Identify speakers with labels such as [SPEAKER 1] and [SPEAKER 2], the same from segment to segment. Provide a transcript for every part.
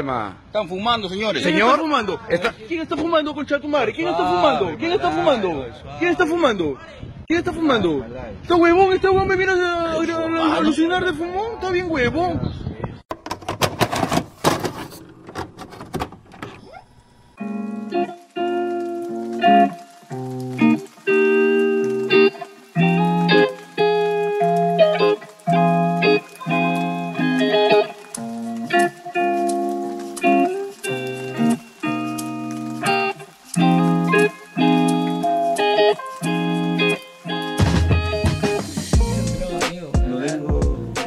[SPEAKER 1] tema.
[SPEAKER 2] Están fumando, señores.
[SPEAKER 1] Señor.
[SPEAKER 3] ¿Quién está fumando?
[SPEAKER 1] Está-
[SPEAKER 3] ¿Quién está fumando, concha de tu madre? ¿Quién está fumando? ¿Quién está fumando? ¿Quién está fumando? ¿Quién está fumando? ¿Está huevón? ¿Está huevón? ¿Me viene a, a- a- a alucinar de fumón? ¿Está bien huevón?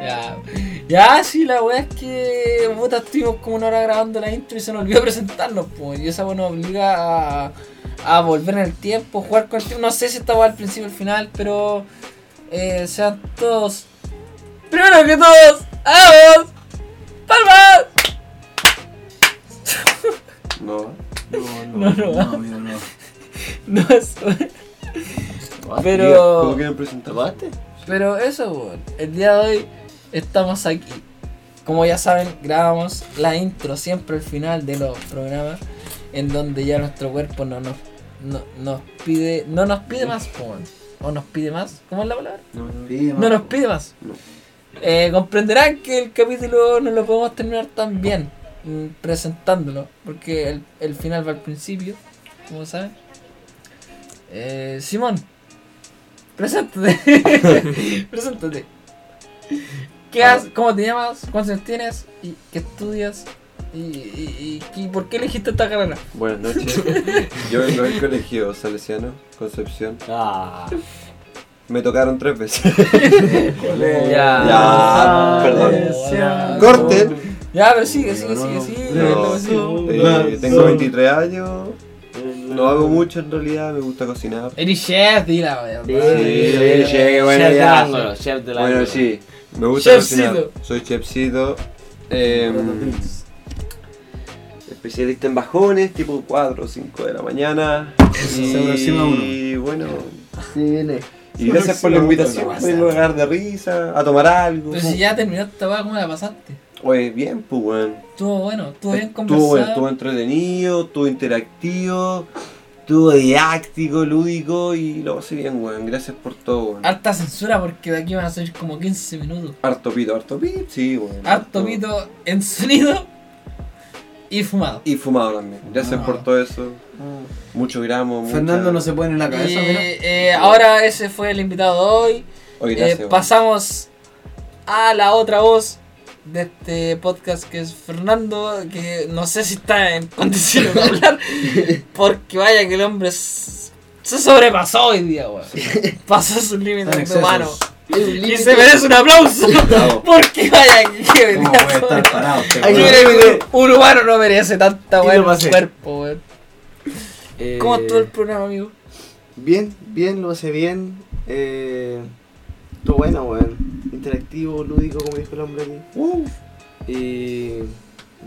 [SPEAKER 4] Ya. Ya, sí, la weá es que puta, estuvimos como una hora grabando la intro y se nos olvidó presentarnos, pues. Y esa weá nos obliga a, a volver en el tiempo, jugar con el tiempo. No sé si estaba al principio o al final, pero eh, sean todos. Primero que todos, ¡vamos! ¡Palmas!
[SPEAKER 5] No.
[SPEAKER 4] No, no,
[SPEAKER 2] No, amigo, no.
[SPEAKER 4] no eso. Pero-
[SPEAKER 5] ¿Cómo quieren presentar? ¿Tomaste?
[SPEAKER 4] Pero eso, weón. El día de hoy estamos aquí. Como ya saben, grabamos la intro siempre al final de los programas. En donde ya nuestro cuerpo no nos, no, nos pide. No nos pide más, po, weón. O nos pide más. ¿Cómo es la palabra? No nos pide más.
[SPEAKER 5] No.
[SPEAKER 4] Eh, comprenderán que el capítulo no lo podemos terminar tan bien mm, presentándolo, porque el, el final va al principio, como saben. Eh, Simón, preséntate. preséntate. ¿Qué haces? ¿Cómo te llamas? ¿Cuántos años tienes? ¿Y qué estudias? ¿Y, y- y- y por qué elegiste esta carrera?
[SPEAKER 5] Buenas noches. Yo vengo del colegio Salesiano, Concepción.
[SPEAKER 2] Ah.
[SPEAKER 5] Me tocaron tres veces.
[SPEAKER 4] Ya.
[SPEAKER 5] Ya, perdón.
[SPEAKER 4] Ya.
[SPEAKER 5] Corten.
[SPEAKER 4] Ya, pero sigue, sigue, sigue, sigue.
[SPEAKER 5] No, eh, tengo 23 años. No hago mucho en realidad, me gusta cocinar.
[SPEAKER 4] Eres chef, di la verdad.
[SPEAKER 5] Sí, sí, bueno,
[SPEAKER 6] chef del
[SPEAKER 5] ya.
[SPEAKER 6] ángulo, chef del
[SPEAKER 5] Bueno,
[SPEAKER 6] ángulo.
[SPEAKER 5] sí, me gusta
[SPEAKER 4] Chefcito.
[SPEAKER 5] cocinar. Soy chefcito. em, especialista en bajones, tipo 4 o 5 de la mañana. Y,
[SPEAKER 2] se aproxima uno.
[SPEAKER 5] y bueno,
[SPEAKER 6] viene.
[SPEAKER 5] y gracias por la invitación. Vengo a cagar de risa, a tomar algo.
[SPEAKER 4] Pero si ya terminaste esta weá, ¿cómo la pasaste?
[SPEAKER 5] Oye, bien, pues, weón.
[SPEAKER 4] Estuvo bueno, estuvo bien
[SPEAKER 5] Estuvo,
[SPEAKER 4] conversado.
[SPEAKER 5] bueno, estuvo entretenido, estuvo interactivo, estuvo didáctico, lúdico y lo pasé bien, weón. Gracias por todo, weón.
[SPEAKER 4] Harta censura porque de aquí van a salir como 15 minutos.
[SPEAKER 5] Harto pito, harto pito, sí, weón.
[SPEAKER 4] Harto pito en sonido y fumado.
[SPEAKER 5] Y fumado también. Gracias
[SPEAKER 4] Ah.
[SPEAKER 5] por todo eso. Mucho gramo. mucha-
[SPEAKER 2] Mm. Fernando no se pone en la cabeza,
[SPEAKER 4] Y,
[SPEAKER 2] mira.
[SPEAKER 4] eh, ahora ese fue el invitado de hoy.
[SPEAKER 5] Oye,
[SPEAKER 4] Eh,
[SPEAKER 5] gracias, weón.
[SPEAKER 4] pasamos a la otra voz de este podcast que es Fernando, que no sé si está en condiciones de hablar, porque vaya que el hombre s- se sobrepasó hoy día, weón. Pasó sus
[SPEAKER 2] Está en
[SPEAKER 4] límites
[SPEAKER 2] excesos.
[SPEAKER 4] humanos.
[SPEAKER 6] Hay un
[SPEAKER 4] Y
[SPEAKER 6] límite.
[SPEAKER 4] se merece un aplauso.
[SPEAKER 5] Bravo.
[SPEAKER 4] Porque vaya que que
[SPEAKER 2] ¿Cómo
[SPEAKER 4] venía
[SPEAKER 2] puede estar
[SPEAKER 4] sobre-
[SPEAKER 2] parado usted,
[SPEAKER 6] Ay,
[SPEAKER 2] weón?
[SPEAKER 6] mira,
[SPEAKER 4] Créeme que un humano no merece tanta
[SPEAKER 6] Y
[SPEAKER 4] weá en
[SPEAKER 6] lo
[SPEAKER 4] un
[SPEAKER 6] pasé.
[SPEAKER 4] cuerpo, weón.
[SPEAKER 6] Eh,
[SPEAKER 4] ¿Cómo estuvo el programa, amigo?
[SPEAKER 6] Bien, bien, lo pasé bien. Eh, estuvo bueno, weón. Interactivo, lúdico, como dijo el hombre aquí.
[SPEAKER 5] Uh,
[SPEAKER 6] Y.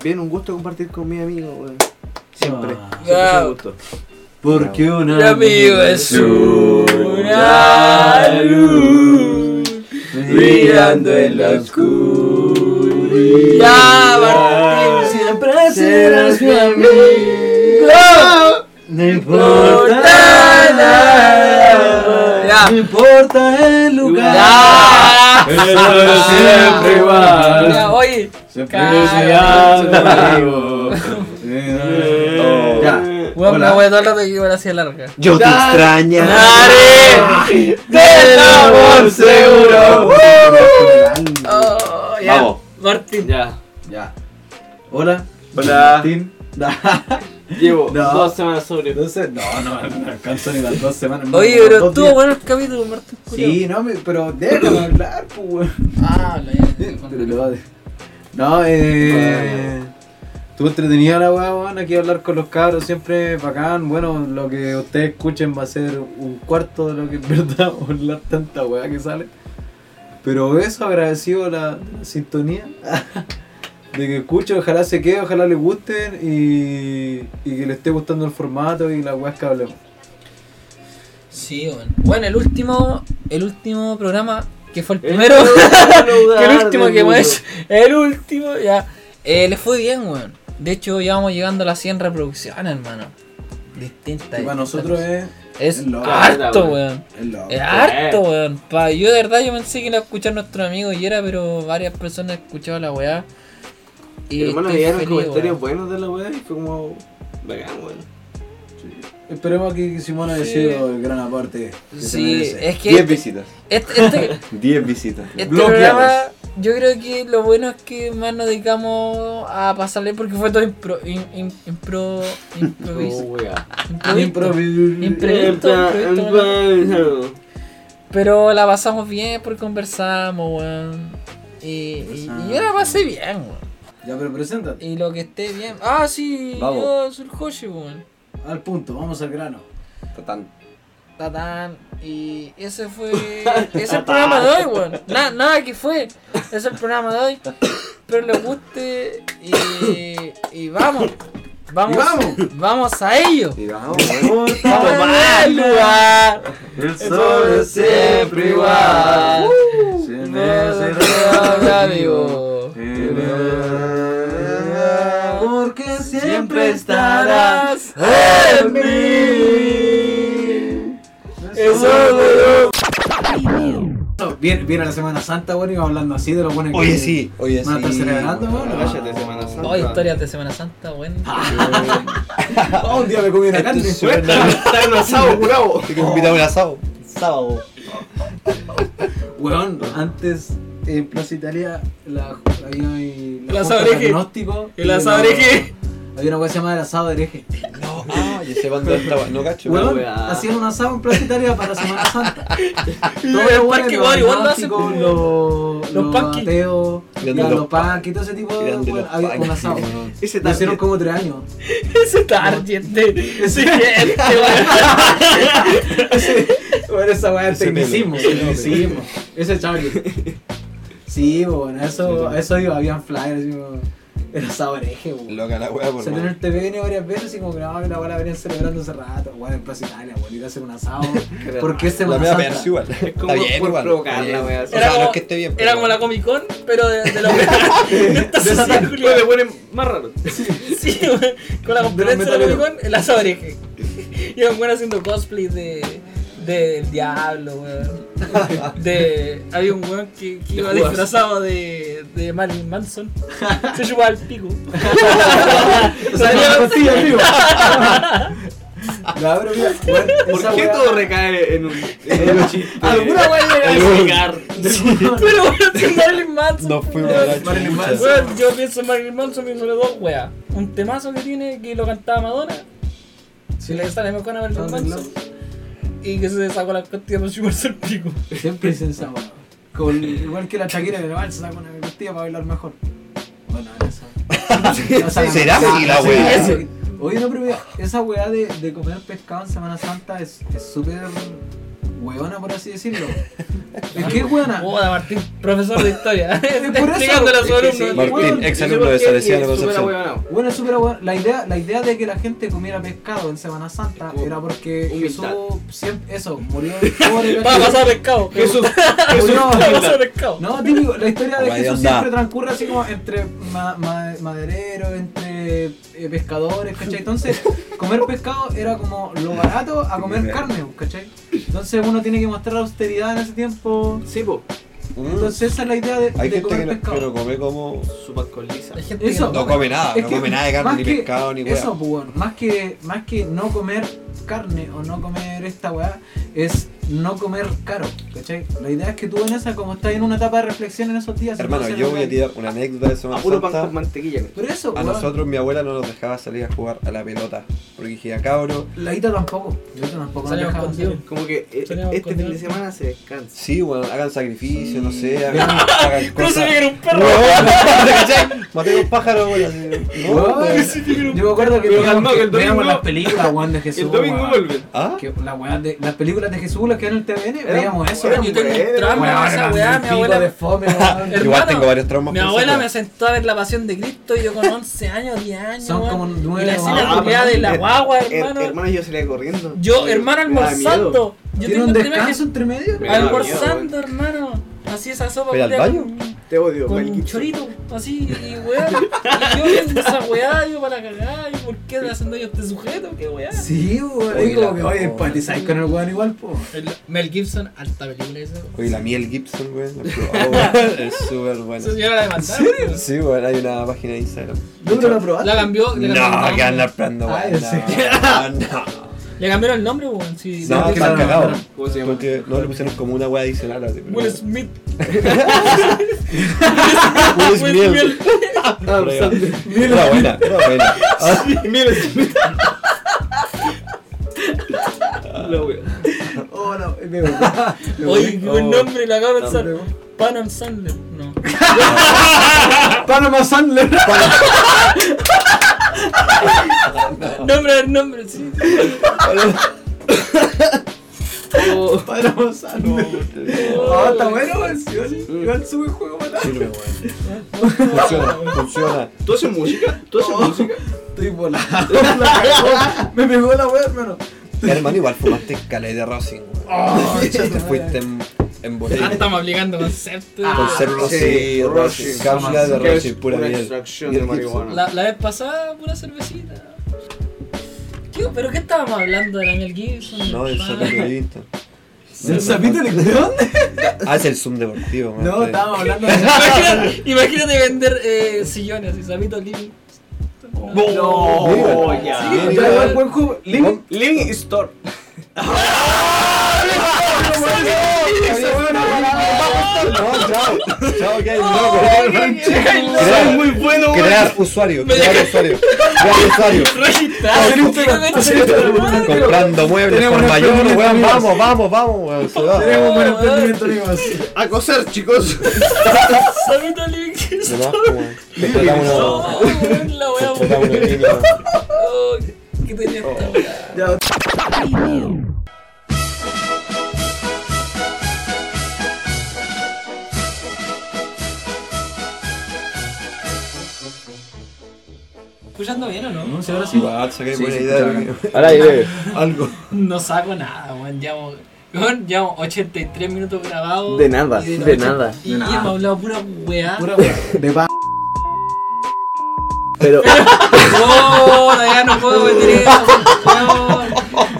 [SPEAKER 6] Bien, un gusto compartir con mi amigo, weón. Siempre.
[SPEAKER 2] Ah.
[SPEAKER 6] siempre es un gusto.
[SPEAKER 2] Porque
[SPEAKER 4] El
[SPEAKER 2] una
[SPEAKER 4] amigo es una
[SPEAKER 5] una
[SPEAKER 4] luz
[SPEAKER 5] brillando en la Ah,
[SPEAKER 4] Ya, Martín,
[SPEAKER 2] Siempre
[SPEAKER 6] serás mi
[SPEAKER 2] amigo.
[SPEAKER 4] ¡No!
[SPEAKER 2] No
[SPEAKER 4] importa
[SPEAKER 2] importa
[SPEAKER 4] nada,
[SPEAKER 2] nada,
[SPEAKER 4] Ya. no
[SPEAKER 2] no importa el lugar.
[SPEAKER 4] Ya.
[SPEAKER 2] siempre igual.
[SPEAKER 4] ¡Ah! Ya, Oye,
[SPEAKER 2] Siempre
[SPEAKER 4] Cállate,
[SPEAKER 2] serás
[SPEAKER 4] güey.
[SPEAKER 2] amigo.
[SPEAKER 5] Oh.
[SPEAKER 2] Ya.
[SPEAKER 4] weón, me
[SPEAKER 2] Hola.
[SPEAKER 4] voy a dar la que iba a hacer larga.
[SPEAKER 5] Yo te extrañaré.
[SPEAKER 4] ¡Dale! ¡Del amor!
[SPEAKER 5] seguro.
[SPEAKER 4] Oh, ya.
[SPEAKER 5] Vamos.
[SPEAKER 4] Martín,
[SPEAKER 6] Ya.
[SPEAKER 2] Ya. Hola.
[SPEAKER 5] Hola.
[SPEAKER 2] Martín.
[SPEAKER 6] Llevo
[SPEAKER 2] No.
[SPEAKER 6] dos semanas sobre. Eh,
[SPEAKER 2] Entonces, no, no, no alcanzó ni las dos semanas.
[SPEAKER 4] oye,
[SPEAKER 2] no,
[SPEAKER 4] pero
[SPEAKER 2] dos
[SPEAKER 4] estuvo
[SPEAKER 2] días.
[SPEAKER 4] bueno el capítulo, Martín.
[SPEAKER 2] Sí, no, me- pero déjame hablar, pues, weón.
[SPEAKER 4] Ah, la
[SPEAKER 2] Pero lo- No, eh. Estuvo entretenida la weá, weón. Aquí hablar con los cabros siempre es bacán. Bueno, lo que ustedes escuchen va a ser un cuarto de lo que en verdad va a hablar tanta weá que sale. Pero eso, agradecido la, la sintonía. De que escuchen, ojalá se quede, ojalá les gusten y, y que les esté gustando el formato y las weas que hablemos.
[SPEAKER 4] Sí, bueno. Bueno, el último, el último programa, que fue el primero, que el último que hemos hecho, el último, ya. Eh, le fue bien, weón. De hecho, ya vamos llegando a las 100 reproducciones, hermano. Distintas.
[SPEAKER 2] Y para
[SPEAKER 4] distintas.
[SPEAKER 2] nosotros es.
[SPEAKER 4] es,
[SPEAKER 2] es loco.
[SPEAKER 4] harto, weón.
[SPEAKER 2] es loco.
[SPEAKER 4] Es Eh, harto, weón. Pa, yo de verdad yo pensé que lo iba a escuchar nuestro amigo y era, pero varias personas escuchaban la weá. Y
[SPEAKER 6] hermano,
[SPEAKER 4] estoy
[SPEAKER 6] llegaron
[SPEAKER 4] feliz,
[SPEAKER 6] comentarios
[SPEAKER 4] weón.
[SPEAKER 6] buenos de la wea y fue como. Bacán, weón.
[SPEAKER 2] Esperemos que Simón haya
[SPEAKER 4] Sí.
[SPEAKER 2] sido el gran aporte. que se
[SPEAKER 4] Sí,
[SPEAKER 2] merece.
[SPEAKER 4] es
[SPEAKER 5] 10
[SPEAKER 4] que
[SPEAKER 5] visitas.
[SPEAKER 4] este, este,
[SPEAKER 5] 10 visitas.
[SPEAKER 4] Este
[SPEAKER 2] Bloqueados.
[SPEAKER 4] programa, yo creo que lo bueno es que más nos dedicamos a pasarle porque fue todo impro, im- im- impro,
[SPEAKER 6] Oh,
[SPEAKER 4] improviso,
[SPEAKER 6] wea.
[SPEAKER 4] improviso.
[SPEAKER 2] Improvis-
[SPEAKER 4] Imprevisto, imprevisto,
[SPEAKER 6] Improvisado.
[SPEAKER 4] Pero la pasamos bien porque conversamos, weón. Y, y, y yo la pasé bien, weón.
[SPEAKER 2] Ya, pero preséntate.
[SPEAKER 4] Y lo que esté bien. Ah, sí,
[SPEAKER 5] Vamos.
[SPEAKER 4] yo soy el Joshi, weón.
[SPEAKER 2] Al punto, vamos al grano.
[SPEAKER 5] Tatán.
[SPEAKER 4] Tatán. Y ese fue. Ese es el programa de hoy, weón. Na- nada que fue. Ese es el programa de hoy. Pero les guste. Y, y vamos. Vamos,
[SPEAKER 2] Y vamos.
[SPEAKER 4] vamos a ello.
[SPEAKER 5] Y vamos, weón.
[SPEAKER 4] Vamos al lugar.
[SPEAKER 2] El
[SPEAKER 4] sol es siempre igual. Uh, No se habla, amigo.
[SPEAKER 2] Porque
[SPEAKER 4] Siempre estarás en mí. Eso
[SPEAKER 2] Viene, viene la Semana Santa, bueno, y vamos hablando así de lo bueno que
[SPEAKER 5] Oye, sí, oye,
[SPEAKER 2] van a estar
[SPEAKER 5] sí.
[SPEAKER 2] celebrando, bueno.
[SPEAKER 6] Cállate, Semana Santa.
[SPEAKER 4] Hoy historias de Semana Santa, weón.
[SPEAKER 2] Oh, un día me comí una carne.
[SPEAKER 6] Está en asado, curado.
[SPEAKER 5] Te invitamos un asado. Sábado.
[SPEAKER 2] Weón, antes en Plaza Italia la, había ahí
[SPEAKER 4] El
[SPEAKER 2] la
[SPEAKER 4] asado
[SPEAKER 2] junta
[SPEAKER 4] hereje.
[SPEAKER 2] diagnóstico.
[SPEAKER 4] El
[SPEAKER 2] y
[SPEAKER 4] asado
[SPEAKER 2] una-
[SPEAKER 4] hereje.
[SPEAKER 2] Había una cosa llamada el asado hereje.
[SPEAKER 5] No, ah, yo sé cuándo estaba. No cacho.
[SPEAKER 2] Weón,
[SPEAKER 6] weá.
[SPEAKER 2] hacían un asado en Plaza Italia para Semana Santa.
[SPEAKER 4] en el parque igual, igual lo hacen,
[SPEAKER 2] con
[SPEAKER 4] pues,
[SPEAKER 2] los,
[SPEAKER 4] Los
[SPEAKER 2] los
[SPEAKER 4] panquis.
[SPEAKER 2] ateos,
[SPEAKER 5] Grande
[SPEAKER 2] los,
[SPEAKER 5] los
[SPEAKER 2] panquis, todo ese tipo de.
[SPEAKER 5] Grande
[SPEAKER 2] weón,
[SPEAKER 5] los
[SPEAKER 2] había un
[SPEAKER 5] panquis.
[SPEAKER 2] asado.
[SPEAKER 6] Ese
[SPEAKER 2] Lo hicieron
[SPEAKER 6] también.
[SPEAKER 2] como tres años.
[SPEAKER 4] Ese target de. Ese gente, weón.
[SPEAKER 2] Bueno, esa weá es
[SPEAKER 5] Ese
[SPEAKER 2] tecnicismo, tecnicismo. Ese Charlie. Sí, bueno, eso, a eso iba, habían flyers, así como, era saboreje, weón.
[SPEAKER 5] Loca la weá, por
[SPEAKER 2] Salió en el TVN varias veces y como que no, que la weá la venían celebrando hace rato, weón, en Plaza Italia, weón, ir a hacer un asado. ¿Por qué
[SPEAKER 5] La
[SPEAKER 2] Semana
[SPEAKER 5] me va a
[SPEAKER 2] Santa?
[SPEAKER 5] pegar sí, igual. Está
[SPEAKER 6] como
[SPEAKER 5] bien,
[SPEAKER 6] por
[SPEAKER 5] igual.
[SPEAKER 6] provocar
[SPEAKER 5] Está
[SPEAKER 6] la
[SPEAKER 5] bien.
[SPEAKER 6] wea,
[SPEAKER 5] O
[SPEAKER 6] así.
[SPEAKER 5] sea, no es que esté bien.
[SPEAKER 4] Era
[SPEAKER 5] pero-
[SPEAKER 4] como la Comic Con, pero de, de los de esta sociedad culiada.
[SPEAKER 6] le ponen más raro.
[SPEAKER 4] Sí, güey, con la competencia de la
[SPEAKER 2] metaleros.
[SPEAKER 4] Comic Con, el asado hereje. Y un güey haciendo cosplay de. del diablo, weón. De. Había un weón que, que iba
[SPEAKER 6] Judas.
[SPEAKER 4] disfrazado de. de Marilyn Manson. Se chupaba el
[SPEAKER 2] O
[SPEAKER 4] pico.
[SPEAKER 2] sea,
[SPEAKER 4] Salía-
[SPEAKER 2] la costilla, amigo. No, pero mira, weón, esa
[SPEAKER 6] ¿Por qué
[SPEAKER 2] weá-
[SPEAKER 6] todo recae en un, en un chiste?
[SPEAKER 4] Alguna weón llega a explicar. Pero weón, si Marilyn Manson.
[SPEAKER 5] No fui
[SPEAKER 4] weón.
[SPEAKER 5] a la
[SPEAKER 2] Marilyn
[SPEAKER 5] chucha.
[SPEAKER 2] Manson.
[SPEAKER 4] Weón, yo pienso en Marilyn Manson, pienso en las dos weas. Un temazo que tiene que lo cantaba Madonna. Si le sale mejor a
[SPEAKER 2] Ah,
[SPEAKER 4] Marilyn Manson. Y que se sacó la costillas para chuparse el pico.
[SPEAKER 2] Siempre es esa weá. Con- Igual que la chaquera de Noval se saca una costilla para bailar mejor. Bueno, esa.
[SPEAKER 5] ¿Será así la weá?
[SPEAKER 2] Ese- Oye, no, pero mira, esa weá de, de comer pescado en Semana Santa es es súper weona, por así decirlo. ¿Es que es weona?
[SPEAKER 4] Joda, Martín, profesor de
[SPEAKER 2] Ah.
[SPEAKER 4] historia.
[SPEAKER 2] por eso.
[SPEAKER 4] Explicándole a su alumno.
[SPEAKER 5] Martín, ex alumno de Salesiano Concepción.
[SPEAKER 2] Bueno, es súper weona. La idea, la idea de que la gente comiera pescado en Semana Santa
[SPEAKER 6] Como
[SPEAKER 2] era porque
[SPEAKER 6] humildad.
[SPEAKER 2] Jesús siempre, eso, murió pobre.
[SPEAKER 4] Va a pasar pescado.
[SPEAKER 6] Jesús,
[SPEAKER 2] Jesús,
[SPEAKER 4] Va a pasar pescado.
[SPEAKER 2] No, típico, la historia de
[SPEAKER 5] Guay,
[SPEAKER 2] Jesús
[SPEAKER 5] onda.
[SPEAKER 2] siempre transcurre así como entre ma- ma- madereros, entre eh, pescadores, ¿cachai? Entonces, comer pescado era como lo barato a comer carne, ¿cachai? Entonces uno tiene que mostrar austeridad en ese tiempo.
[SPEAKER 6] Sí, po.
[SPEAKER 2] Entonces esa es la idea de,
[SPEAKER 5] Mm. Hay
[SPEAKER 2] de
[SPEAKER 5] gente
[SPEAKER 2] comer
[SPEAKER 5] que no, que
[SPEAKER 2] pescado.
[SPEAKER 5] no come como.
[SPEAKER 6] Su pan con lisa.
[SPEAKER 4] Hay gente que
[SPEAKER 2] Eso.
[SPEAKER 5] No come nada,
[SPEAKER 2] Es
[SPEAKER 5] ah, no
[SPEAKER 2] que
[SPEAKER 5] come nada de carne,
[SPEAKER 2] más
[SPEAKER 5] ni
[SPEAKER 2] que-
[SPEAKER 5] pescado, ni weá.
[SPEAKER 2] Eso, pues, bueno, más que, más que no comer carne o no comer esta weá, es no comer caro, ¿cachai? La idea es que tú en esa, como estás en una etapa de reflexión en esos días...
[SPEAKER 5] Hermano,
[SPEAKER 2] entonces,
[SPEAKER 5] yo
[SPEAKER 2] la
[SPEAKER 5] voy a
[SPEAKER 2] weá-
[SPEAKER 5] tirar una anécdota de
[SPEAKER 6] A
[SPEAKER 5] Semana
[SPEAKER 1] Ah,
[SPEAKER 6] puro pan
[SPEAKER 5] Santa.
[SPEAKER 6] con mantequilla. güey.
[SPEAKER 2] Pero eso,
[SPEAKER 5] A
[SPEAKER 2] weón,
[SPEAKER 5] nosotros mi abuela no nos dejaba salir a jugar a la pelota. Porque dijera, cabro,
[SPEAKER 2] La Ita tampoco. La Ita tampoco.
[SPEAKER 4] Salimos
[SPEAKER 2] dejaba
[SPEAKER 4] contigo.
[SPEAKER 2] salir.
[SPEAKER 6] Como que eh,
[SPEAKER 4] Teníamos
[SPEAKER 6] este fin de
[SPEAKER 4] condición.
[SPEAKER 6] semana se descansa.
[SPEAKER 5] sí, bueno, hagan sacrificio, no sé, hagan, hagan
[SPEAKER 4] No se
[SPEAKER 5] cosas.
[SPEAKER 4] ve que era un perro.
[SPEAKER 5] Weón, ¿cachai? Maté un pájaro, weón. así, No,
[SPEAKER 2] Weón,
[SPEAKER 5] weón.
[SPEAKER 2] Yo me acuerdo que
[SPEAKER 6] Pero
[SPEAKER 2] veíamos,
[SPEAKER 6] calmado, que el
[SPEAKER 2] que veíamos
[SPEAKER 6] domingo-
[SPEAKER 2] las películas, weón, de Jesús.
[SPEAKER 6] El domingo
[SPEAKER 2] weón.
[SPEAKER 6] vuelve.
[SPEAKER 5] ¿Ah?
[SPEAKER 2] Que la weá de- las películas de Jesús, las que eran en el TVN, veíamos eso.
[SPEAKER 4] Yo tengo un trauma con esa weá, mi abuela.
[SPEAKER 2] de fome,
[SPEAKER 4] Hermano,
[SPEAKER 2] weón.
[SPEAKER 5] Igual tengo varios traumas
[SPEAKER 4] Mi
[SPEAKER 5] por esa
[SPEAKER 4] abuela
[SPEAKER 5] weá.
[SPEAKER 4] me sentó a ver la pasión de Cristo y yo con 11 años, 10 años.
[SPEAKER 2] Son
[SPEAKER 4] weón.
[SPEAKER 2] como nueve
[SPEAKER 4] Y la
[SPEAKER 2] guaguas,
[SPEAKER 4] escena culiada
[SPEAKER 2] hermano.
[SPEAKER 4] de la
[SPEAKER 6] Her-
[SPEAKER 4] guagua,
[SPEAKER 6] her-
[SPEAKER 4] hermano.
[SPEAKER 6] Ah, Hermano, yo salía corriendo.
[SPEAKER 4] Yo, hermano,
[SPEAKER 6] Me daba miedo.
[SPEAKER 4] almorzando. Yo
[SPEAKER 2] ¿Tiene
[SPEAKER 4] tengo este
[SPEAKER 2] un
[SPEAKER 4] un tema
[SPEAKER 2] descanso
[SPEAKER 4] que.
[SPEAKER 2] entre medio?
[SPEAKER 6] Me daba miedo,
[SPEAKER 4] Almorzando, hermano. Así esa sopa
[SPEAKER 5] ¿Pero al
[SPEAKER 4] culiada
[SPEAKER 5] baño?
[SPEAKER 4] con-
[SPEAKER 6] Te odio,
[SPEAKER 4] con
[SPEAKER 6] Mel
[SPEAKER 4] un
[SPEAKER 6] Gibson.
[SPEAKER 4] chorito, así, y weón. Y yo viendo esa weá, yo para la cagada, ¿y por qué le hacen daño a este sujeto? ¿Qué weá?
[SPEAKER 2] Sí, weón.
[SPEAKER 5] Oye,
[SPEAKER 2] Es
[SPEAKER 5] la
[SPEAKER 2] como que, oye,
[SPEAKER 5] weón.
[SPEAKER 2] empatizáis con el weón igual, po.
[SPEAKER 4] El- Mel Gibson, alta película esa.
[SPEAKER 5] Oye, la miel Gibson, weón. la he probado, weón, Es súper
[SPEAKER 4] Esa
[SPEAKER 5] buena.
[SPEAKER 4] señora la demandaron. weón.
[SPEAKER 5] Sí, weón, hay una página de Instagram.
[SPEAKER 2] ¿No te lo probaste?
[SPEAKER 4] La cambió, le
[SPEAKER 5] No,
[SPEAKER 4] cambiaron
[SPEAKER 5] que
[SPEAKER 4] el nombre.
[SPEAKER 5] andar plando,
[SPEAKER 2] Ah,
[SPEAKER 5] weón.
[SPEAKER 2] sí.
[SPEAKER 5] No,
[SPEAKER 4] Le cambiaron el nombre, weón. Sí,
[SPEAKER 5] no. No,
[SPEAKER 4] Mel
[SPEAKER 5] que
[SPEAKER 4] Gibson.
[SPEAKER 5] la han cagado.
[SPEAKER 6] ¿Cómo se llama?
[SPEAKER 5] Porque no le pusieron como una weá adicional. así, pero-
[SPEAKER 4] Will Smith. Ah,
[SPEAKER 5] Will Smith.
[SPEAKER 4] Smith. Ah,
[SPEAKER 5] Era buena, era buena.
[SPEAKER 6] Ah,
[SPEAKER 2] Hola, Oh, me gusta.
[SPEAKER 4] Oye, qué buen
[SPEAKER 5] Oh.
[SPEAKER 4] nombre, la acabo de pensar.
[SPEAKER 2] Nombre,
[SPEAKER 4] Pan and Sandler. No.
[SPEAKER 2] Panama Sandler.
[SPEAKER 4] Nombre del nombre, sí.
[SPEAKER 2] Panama Sandler.
[SPEAKER 4] Oh,
[SPEAKER 2] Ah, está bueno, weón. Sí, sí. Igual sube el juego, weón.
[SPEAKER 5] Sirve, weón. Funciona, funciona.
[SPEAKER 6] ¿Tú haces música? ¿Tú haces música?
[SPEAKER 2] Estoy volado. La cagó. Me pegó la weón, hermano.
[SPEAKER 5] Hermano, igual fumaste calé de Racing,
[SPEAKER 2] Oh,
[SPEAKER 5] weón. Te fuiste en, en
[SPEAKER 4] Ah,
[SPEAKER 5] botella.
[SPEAKER 4] estamos aplicando conceptos.
[SPEAKER 5] Conceptos, sí, Racing. Cápsulas de
[SPEAKER 2] Racing,
[SPEAKER 5] Racing, pura
[SPEAKER 6] una
[SPEAKER 5] miel.
[SPEAKER 6] extracción
[SPEAKER 5] Miel
[SPEAKER 6] de
[SPEAKER 5] Gibson.
[SPEAKER 6] marihuana.
[SPEAKER 4] La, la vez pasada, pura cervecita. ¿Qué- ¿Pero qué estábamos hablando de la Mel Gibson?
[SPEAKER 5] No, el
[SPEAKER 4] Ah,
[SPEAKER 5] sapito de Insta.
[SPEAKER 2] ¿El sapito le de dónde?
[SPEAKER 5] Ah, es el Zoom deportivo, weón.
[SPEAKER 2] No,
[SPEAKER 5] Está-
[SPEAKER 2] estábamos hablando
[SPEAKER 4] Imagínate, imagínate vender eh, sillones y sapito living.
[SPEAKER 2] de.
[SPEAKER 6] No,
[SPEAKER 2] Sí,
[SPEAKER 6] ya.
[SPEAKER 2] ya, igual, buen juego. Link.
[SPEAKER 6] Living Store.
[SPEAKER 5] No, chao. Chao, que hay loco.
[SPEAKER 6] Es muy bueno, güey.
[SPEAKER 5] Crear usuario, crear usuario. Crear usuario.
[SPEAKER 4] Registrar.
[SPEAKER 5] Comprando muebles
[SPEAKER 2] Tenemos
[SPEAKER 5] por
[SPEAKER 2] una
[SPEAKER 5] mayor,
[SPEAKER 2] pregunta,
[SPEAKER 5] weón.
[SPEAKER 2] amigos.
[SPEAKER 5] Vamos, vamos, vamos, weón. Se va.
[SPEAKER 2] Tenemos un buen entendimiento, amigos.
[SPEAKER 6] A coser, chicos.
[SPEAKER 4] Sapito living.
[SPEAKER 5] Se va, weón. Contratamos una-
[SPEAKER 4] No, weón, la wea, weón.
[SPEAKER 5] contratamos una línea, weón.
[SPEAKER 4] Oh, ¿Qué tenía esta wea?
[SPEAKER 2] Ya.
[SPEAKER 4] ¿Escuchando Pues bien o no?
[SPEAKER 2] si ahora sí.
[SPEAKER 5] Igual, saqué
[SPEAKER 2] Sí,
[SPEAKER 5] buena
[SPEAKER 2] sí,
[SPEAKER 5] idea.
[SPEAKER 2] claro.
[SPEAKER 5] weón.
[SPEAKER 6] Al aire.
[SPEAKER 5] Algo.
[SPEAKER 4] No saco nada, weón. Llevamos, weón, llevamos 83 minutos grabados.
[SPEAKER 6] De nada,
[SPEAKER 4] y
[SPEAKER 6] de nada.
[SPEAKER 4] Y hemos hablado pura weá.
[SPEAKER 2] Pura weón. De pa.
[SPEAKER 6] Pero.
[SPEAKER 4] No, ya no puedo meter eso, por favor.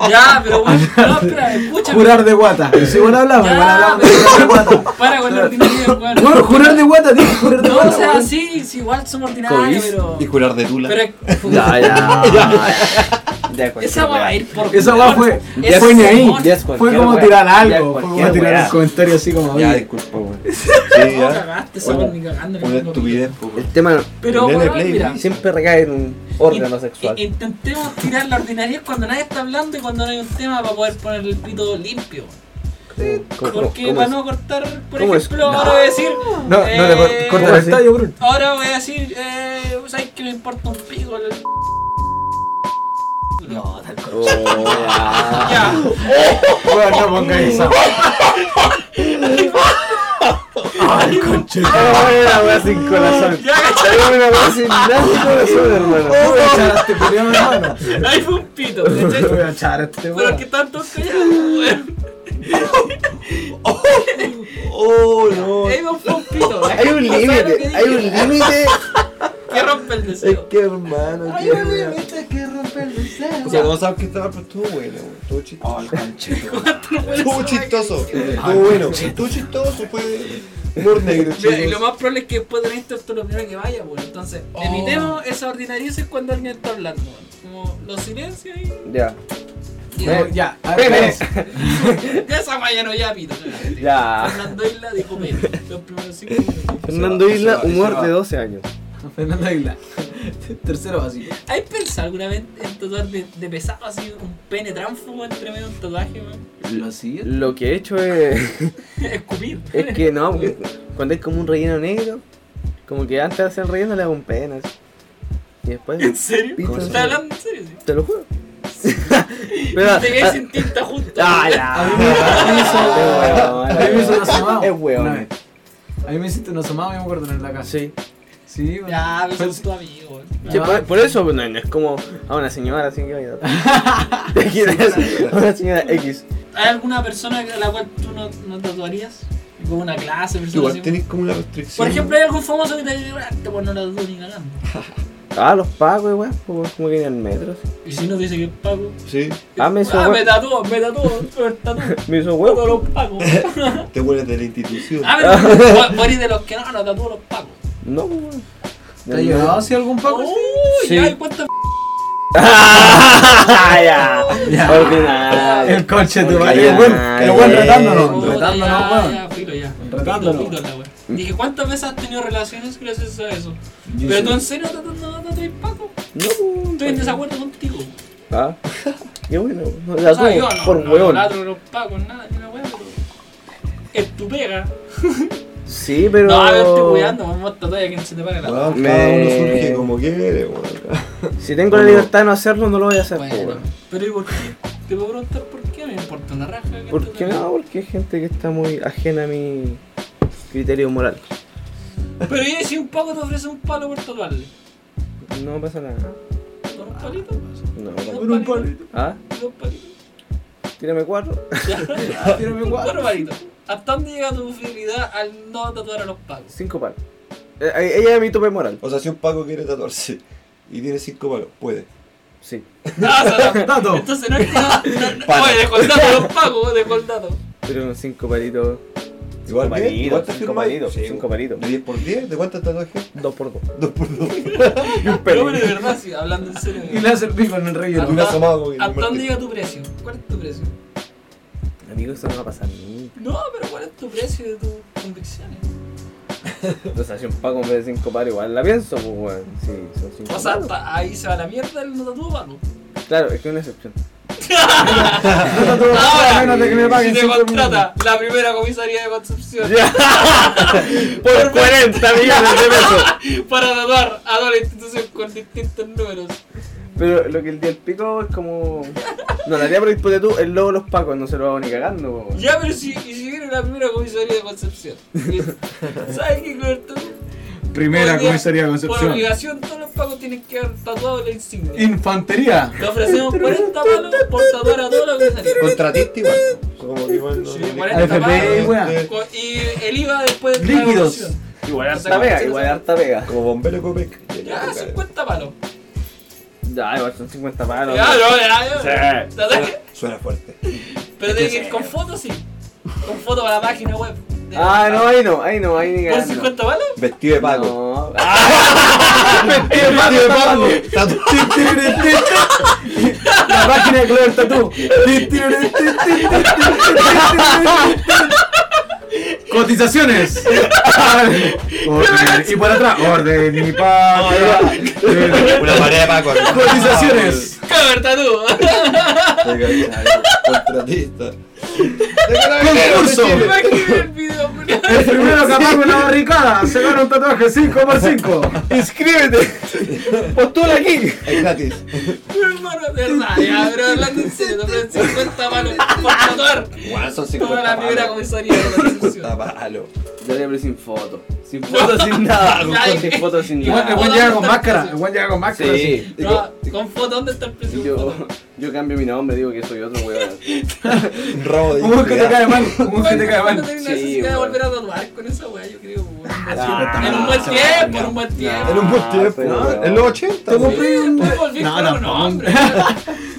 [SPEAKER 4] Ya, pero weón. No, espera, escúchame.
[SPEAKER 2] Jurar de guata. Si igual hablamos,
[SPEAKER 4] Ya,
[SPEAKER 2] igual hablamos de
[SPEAKER 4] pero-
[SPEAKER 2] jurar de guata.
[SPEAKER 4] Para con la ordinaria, weón.
[SPEAKER 2] Bueno, jurar de guata, tío. Jurar de
[SPEAKER 4] No, o
[SPEAKER 2] guata.
[SPEAKER 4] sea,
[SPEAKER 2] weón.
[SPEAKER 4] sí, sí, igual somos ordinarios, pero.
[SPEAKER 5] Y jurar de tula.
[SPEAKER 4] Pero
[SPEAKER 6] Ya, ya. Ya,
[SPEAKER 4] Esa va a ir por.
[SPEAKER 2] Esa weá fue.
[SPEAKER 4] Es
[SPEAKER 2] fue ni ahí.
[SPEAKER 4] humor.
[SPEAKER 6] Ya es cualquier
[SPEAKER 2] Fue como
[SPEAKER 6] weá.
[SPEAKER 2] tirar
[SPEAKER 6] Ya es
[SPEAKER 2] algo. Fue como
[SPEAKER 6] cualquier
[SPEAKER 2] tirar
[SPEAKER 6] weá.
[SPEAKER 2] un comentario así como.
[SPEAKER 5] Ya,
[SPEAKER 2] oye,
[SPEAKER 5] disculpa, weón. Sí,
[SPEAKER 4] No, cagaste, esa weón, ni cagando.
[SPEAKER 5] Una estupidez, po, weón.
[SPEAKER 6] El tema
[SPEAKER 4] Pero,
[SPEAKER 5] Nene
[SPEAKER 4] weón,
[SPEAKER 5] Play,
[SPEAKER 4] mira.
[SPEAKER 6] siempre recae en un órgano
[SPEAKER 4] In-
[SPEAKER 6] sexual.
[SPEAKER 4] i- Intentemos tirar la ordinariedad cuando nadie está hablando y cuando no hay un tema para poder poner el pito limpio.
[SPEAKER 6] ¿Cómo- cómo-
[SPEAKER 4] Porque
[SPEAKER 6] cómo
[SPEAKER 4] para
[SPEAKER 6] es?
[SPEAKER 4] no cortar, por
[SPEAKER 6] ¿Cómo es?
[SPEAKER 4] ejemplo, ahora voy a decir. eh,
[SPEAKER 2] No, no le cor- corta el
[SPEAKER 6] así?
[SPEAKER 2] estadio, Bruno.
[SPEAKER 4] Ahora voy a decir, eh, ¿sabes que me importa un pico? el- No, tal cosa. Ya.
[SPEAKER 2] Bueno, no pongáis esa. Ay, conche.
[SPEAKER 6] Ay, una weá sin corazón.
[SPEAKER 4] Ya, ¿cachai?
[SPEAKER 6] Una weá sin nada sin corazón, hermano.
[SPEAKER 2] Voy a echar a este culiao, hermano.
[SPEAKER 4] Ahí fue un pito,
[SPEAKER 2] Voy
[SPEAKER 4] ¿cachai?
[SPEAKER 2] a echar a este
[SPEAKER 4] Pero
[SPEAKER 2] weón.
[SPEAKER 4] que tanto callados, weón.
[SPEAKER 5] Oh, no.
[SPEAKER 4] Ahí fue un pito.
[SPEAKER 5] Hay un límite, hay un límite.
[SPEAKER 4] Que rompe el
[SPEAKER 5] Es
[SPEAKER 4] deseo.
[SPEAKER 5] que hermano, qué wea.
[SPEAKER 2] que rompe el deseo.
[SPEAKER 5] O sea, no sabes que estaba, pero estuvo bueno, güey. estuvo chistoso. Estuvo chistoso, estuvo bueno, estuvo chistoso, fue humor negro,
[SPEAKER 4] Mira, y lo
[SPEAKER 5] chicos.
[SPEAKER 4] más probable es que después de esto esto es lo primero que vaya, weón. Entonces, evitemos esa ordinariedad cuando alguien está hablando, weón. Como los silencios y.
[SPEAKER 6] Ya.
[SPEAKER 4] y-
[SPEAKER 2] Ya, a ver.
[SPEAKER 4] Ya esa vaya no ya pito. weón.
[SPEAKER 6] Ya.
[SPEAKER 4] Fernando Isla dijo menos. Los primeros cinco minutos.
[SPEAKER 6] Fernando Isla,
[SPEAKER 5] se va, se
[SPEAKER 6] humor
[SPEAKER 5] va.
[SPEAKER 6] de 12 años.
[SPEAKER 2] Fernando Aguilar. Tercero básico.
[SPEAKER 4] ¿Has pensado alguna vez en tatuar de, de pesado así un pene tránfugo entre medio de un tatuaje, weón?
[SPEAKER 2] Lo sigue.
[SPEAKER 6] Lo que he hecho es.
[SPEAKER 4] Escupir.
[SPEAKER 6] Es que no, porque cuando es como un relleno negro, como que antes de hacer el relleno le hago un penas. Y
[SPEAKER 4] ¿En
[SPEAKER 6] después.
[SPEAKER 4] serio?
[SPEAKER 6] Pito.
[SPEAKER 4] ¿Estás hablando en serio? Sí.
[SPEAKER 6] Te lo juro. Pero.
[SPEAKER 4] Te veis
[SPEAKER 6] ah,
[SPEAKER 4] sin tinta justo.
[SPEAKER 6] ah, ya.
[SPEAKER 2] A mí me hizo. A mí me hizo un asomado.
[SPEAKER 6] Es weón.
[SPEAKER 2] Una vez. A mí me hiciste un asomado, yo me acuerdo en la casa.
[SPEAKER 6] Sí.
[SPEAKER 2] Sí, Pues, weón.
[SPEAKER 4] Ya, pero
[SPEAKER 2] Fue-
[SPEAKER 4] son tu amigo, weón.
[SPEAKER 6] Sí, pues. por, por eso no, no es como a una señora así que vaya. a una señora X.
[SPEAKER 4] ¿Hay alguna persona a la cual tú no, no tatuarías? con una clase, personas
[SPEAKER 5] Igual
[SPEAKER 4] así.
[SPEAKER 5] tenéis como una restricción.
[SPEAKER 4] Por ejemplo, hay algún famoso que te dice, "Ah, este pues no lo dudo ni cagando.
[SPEAKER 6] Ah, los pagos, weón, como como que en el metro. así.
[SPEAKER 4] Y si no dice que es pago.
[SPEAKER 5] Sí,
[SPEAKER 6] Ah, me hizo
[SPEAKER 4] ah, me
[SPEAKER 6] huevo.
[SPEAKER 4] tatuó, me tatuó, me tatuó.
[SPEAKER 6] Me hizo
[SPEAKER 4] Tatuó
[SPEAKER 6] huevo.
[SPEAKER 4] los pagos.
[SPEAKER 5] te vuelves de la institución.
[SPEAKER 4] ah, pero morí de los que no, no tatuó los pagos.
[SPEAKER 6] No, pues, weón.
[SPEAKER 2] ¿Te ha llegado así algún pago?
[SPEAKER 4] Uy,
[SPEAKER 6] Sí.
[SPEAKER 4] ya, ¿y cuánto
[SPEAKER 6] ¡Ah, ya!
[SPEAKER 2] Ya.
[SPEAKER 6] Ordinario.
[SPEAKER 2] El coche
[SPEAKER 5] Porque
[SPEAKER 2] tu madre.
[SPEAKER 5] ya-
[SPEAKER 2] El buen- el buen
[SPEAKER 5] ya-
[SPEAKER 2] retándonos.
[SPEAKER 4] Puta,
[SPEAKER 2] Retándonos,
[SPEAKER 4] Oh, ya,
[SPEAKER 2] weón.
[SPEAKER 4] ya, filo, ya.
[SPEAKER 2] Retándonos.
[SPEAKER 4] Filo, filo, la wea. Dije, ¿cuántas veces has tenido relaciones gracias a eso?
[SPEAKER 2] Yo
[SPEAKER 4] Pero
[SPEAKER 2] sé.
[SPEAKER 4] tú en serio no no- no traes pago.
[SPEAKER 6] No,
[SPEAKER 4] Estoy en
[SPEAKER 6] weón.
[SPEAKER 4] desacuerdo contigo.
[SPEAKER 6] Ah, qué bueno. O
[SPEAKER 4] O
[SPEAKER 6] sea,
[SPEAKER 4] sea,
[SPEAKER 6] tú,
[SPEAKER 4] yo no,
[SPEAKER 6] por
[SPEAKER 4] no
[SPEAKER 6] hueón.
[SPEAKER 4] ladro, no pago nada, ni una wea, pero. Es tu pega.
[SPEAKER 6] Sí, pero.
[SPEAKER 4] No, a ver, estoy cuidando, vamos a tatuar a quien se te pare la
[SPEAKER 5] Weón,
[SPEAKER 6] Me-
[SPEAKER 5] Cada uno surge como quiere, weón.
[SPEAKER 6] Si tengo la libertad de no hacerlo, no lo voy a hacer, po,
[SPEAKER 4] Bueno,
[SPEAKER 6] weón.
[SPEAKER 4] pero ¿y por qué? Te puedo preguntar por qué, me importa una raja. que
[SPEAKER 6] ¿Por
[SPEAKER 4] tú
[SPEAKER 6] qué
[SPEAKER 4] te-
[SPEAKER 6] no? Porque hay gente que está muy ajena a mi criterio moral.
[SPEAKER 4] Pero ¿y si un pago te ofrece un palo por tatuarle?
[SPEAKER 6] No pasa nada.
[SPEAKER 4] ¿Con un palito?
[SPEAKER 6] No,
[SPEAKER 4] ¿Y
[SPEAKER 6] no.
[SPEAKER 4] dos palitos?
[SPEAKER 6] Ah,
[SPEAKER 4] ¿Y dos palitos?
[SPEAKER 6] tírame cuatro.
[SPEAKER 2] Ah, Tírame
[SPEAKER 4] Bueno,
[SPEAKER 2] cuatro.
[SPEAKER 4] Marito, ¿hasta dónde llega tu fidelidad al no tatuar a los pagos?
[SPEAKER 6] Cinco palos. Eh, eh, ella es mi tope moral.
[SPEAKER 5] O sea, si un Paco quiere tatuarse y tiene cinco palos, puede.
[SPEAKER 6] Sí.
[SPEAKER 4] No, o sea, no.
[SPEAKER 2] Dato.
[SPEAKER 4] Entonces no es que no, no, no-
[SPEAKER 5] Palo.
[SPEAKER 4] Oye, dejó el dato los pagos, dejó el dato.
[SPEAKER 6] Pero con cinco palitos.
[SPEAKER 5] Igual, bien,
[SPEAKER 6] palitos,
[SPEAKER 5] igual te
[SPEAKER 6] cinco
[SPEAKER 5] firmáis.
[SPEAKER 6] palitos,
[SPEAKER 5] Sí,
[SPEAKER 6] cinco palitos.
[SPEAKER 5] ¿De 10 por 10? ¿De cuántas tatuajes?
[SPEAKER 6] Dos por dos.
[SPEAKER 5] Dos por dos.
[SPEAKER 6] Y un
[SPEAKER 4] Pero
[SPEAKER 6] pelo.
[SPEAKER 4] bueno, de verdad, sí, hablando en serio.
[SPEAKER 2] Y le hace el pico en el rey.
[SPEAKER 5] Ah, un asomado como que
[SPEAKER 4] ¿Hasta,
[SPEAKER 5] lo
[SPEAKER 4] hasta dónde
[SPEAKER 5] convertí.
[SPEAKER 4] llega tu precio? ¿Cuál es tu precio?
[SPEAKER 6] Amigo, eso no va a pasar nunca.
[SPEAKER 4] No, pero ¿cuál es tu precio de tus convicciones?
[SPEAKER 6] Entonces, si un pago en vez de cinco palos, igual la pienso, pues, weón. Sí, son cinco
[SPEAKER 4] O sea,
[SPEAKER 6] palos.
[SPEAKER 4] pa- ahí se va la mierda el no tatuó pago.
[SPEAKER 6] Claro, es que es una excepción.
[SPEAKER 4] Ahora,
[SPEAKER 2] menos de que me
[SPEAKER 4] si
[SPEAKER 2] paguen
[SPEAKER 4] te
[SPEAKER 2] cinco
[SPEAKER 4] contrata la primera comisaría de Concepción
[SPEAKER 6] Por 40 millones de pesos.
[SPEAKER 4] para tatuar a toda la institución con distintos números.
[SPEAKER 6] Pero lo que el día del pico es como. No, la haría por disputa tú, el lobo de los pacos no se lo hago ni cagando, po, weón.
[SPEAKER 4] Ya, pero si, y si viene la primera comisaría de Concepción. ¿Sabes qué, Roberto?
[SPEAKER 2] Primera comisaría de
[SPEAKER 4] Por
[SPEAKER 2] Concepción.
[SPEAKER 4] obligación, todos los pagos tienen que haber tatuado la insignia.
[SPEAKER 2] Infantería.
[SPEAKER 4] Te ofrecemos 40 palos por tatuar a todos los comisarios.
[SPEAKER 5] Contratista igual. Como que igual no.
[SPEAKER 4] Sí,
[SPEAKER 5] no-
[SPEAKER 4] 40
[SPEAKER 2] AFP,
[SPEAKER 5] palos.
[SPEAKER 2] weón.
[SPEAKER 4] Co- Y el IVA después de la
[SPEAKER 2] Líquidos.
[SPEAKER 4] evolución.
[SPEAKER 6] Igual harta pega, igual harta pega.
[SPEAKER 5] Como bombero Copec. Ya,
[SPEAKER 4] Ya,
[SPEAKER 5] ya, ya.
[SPEAKER 4] 50 palos.
[SPEAKER 6] Ya, igual son 50 palos.
[SPEAKER 4] Ya, no, ya, ya.
[SPEAKER 6] Sí.
[SPEAKER 4] Tatuaje.
[SPEAKER 5] Suena fuerte.
[SPEAKER 4] Pero tiene que ir con fotos, sí. Con fotos para la página web. De-
[SPEAKER 6] Ah, no, ahí no, ahí no, ahí ni
[SPEAKER 4] ¿Por
[SPEAKER 6] cagando. Ah,
[SPEAKER 4] 50 palos? Ah,
[SPEAKER 5] Vestido de Paco.
[SPEAKER 6] No. Vestido de Paco, está Paco.
[SPEAKER 2] La página de Clever Tattoo. Cotizaciones. Orden. Y por atrás. Orden y
[SPEAKER 6] Ah,
[SPEAKER 2] paga.
[SPEAKER 5] Una pared de Paco.
[SPEAKER 2] Cotizaciones.
[SPEAKER 4] Cover tatu.
[SPEAKER 5] Contratista.
[SPEAKER 2] Concurso.
[SPEAKER 4] Imagínate el video, culiao.
[SPEAKER 2] El primero que apague la barricada se gana un tatuaje 5x5.
[SPEAKER 6] Inscríbete. Postula aquí.
[SPEAKER 5] Es gratis.
[SPEAKER 4] Pero, hermano, de verdad, ya, pero hablando en serio, te ofrecen 50 palos por tatuar
[SPEAKER 5] Igual son
[SPEAKER 4] toda
[SPEAKER 5] 50
[SPEAKER 4] la primera
[SPEAKER 5] palos.
[SPEAKER 4] comisaría de la institución.
[SPEAKER 5] 50 palos.
[SPEAKER 6] Ya le abrí sin foto. Sin foto, sin nada.
[SPEAKER 4] Ay.
[SPEAKER 6] Sin foto, sin
[SPEAKER 2] Igual el
[SPEAKER 6] nada.
[SPEAKER 2] buen llega con máscara. El buen llega con máscara. así.
[SPEAKER 6] Sí.
[SPEAKER 4] No, con foto, ¿dónde está el precio? de
[SPEAKER 6] Yo,
[SPEAKER 4] foto?
[SPEAKER 6] yo cambio mi nombre, digo que soy otro weón.
[SPEAKER 5] Un robo de
[SPEAKER 2] Un buen que te cae
[SPEAKER 5] identidad.
[SPEAKER 2] mal. Un buen que te cae
[SPEAKER 4] Bueno,
[SPEAKER 2] mal.
[SPEAKER 4] No tengo
[SPEAKER 6] Sí,
[SPEAKER 4] necesidad de
[SPEAKER 6] bueno.
[SPEAKER 4] volver a tatuar con esa weá, yo creo. bueno.
[SPEAKER 6] Ah,
[SPEAKER 4] En un buen tiempo, en un buen tiempo.
[SPEAKER 5] En un buen
[SPEAKER 6] Ah,
[SPEAKER 5] tiempo.
[SPEAKER 6] pero
[SPEAKER 5] ¿no?
[SPEAKER 6] weón.
[SPEAKER 5] En los 80.
[SPEAKER 2] Te
[SPEAKER 5] weón.
[SPEAKER 2] compré un.
[SPEAKER 4] Después volví
[SPEAKER 2] No,
[SPEAKER 4] con un
[SPEAKER 2] tampoco.
[SPEAKER 4] hombre.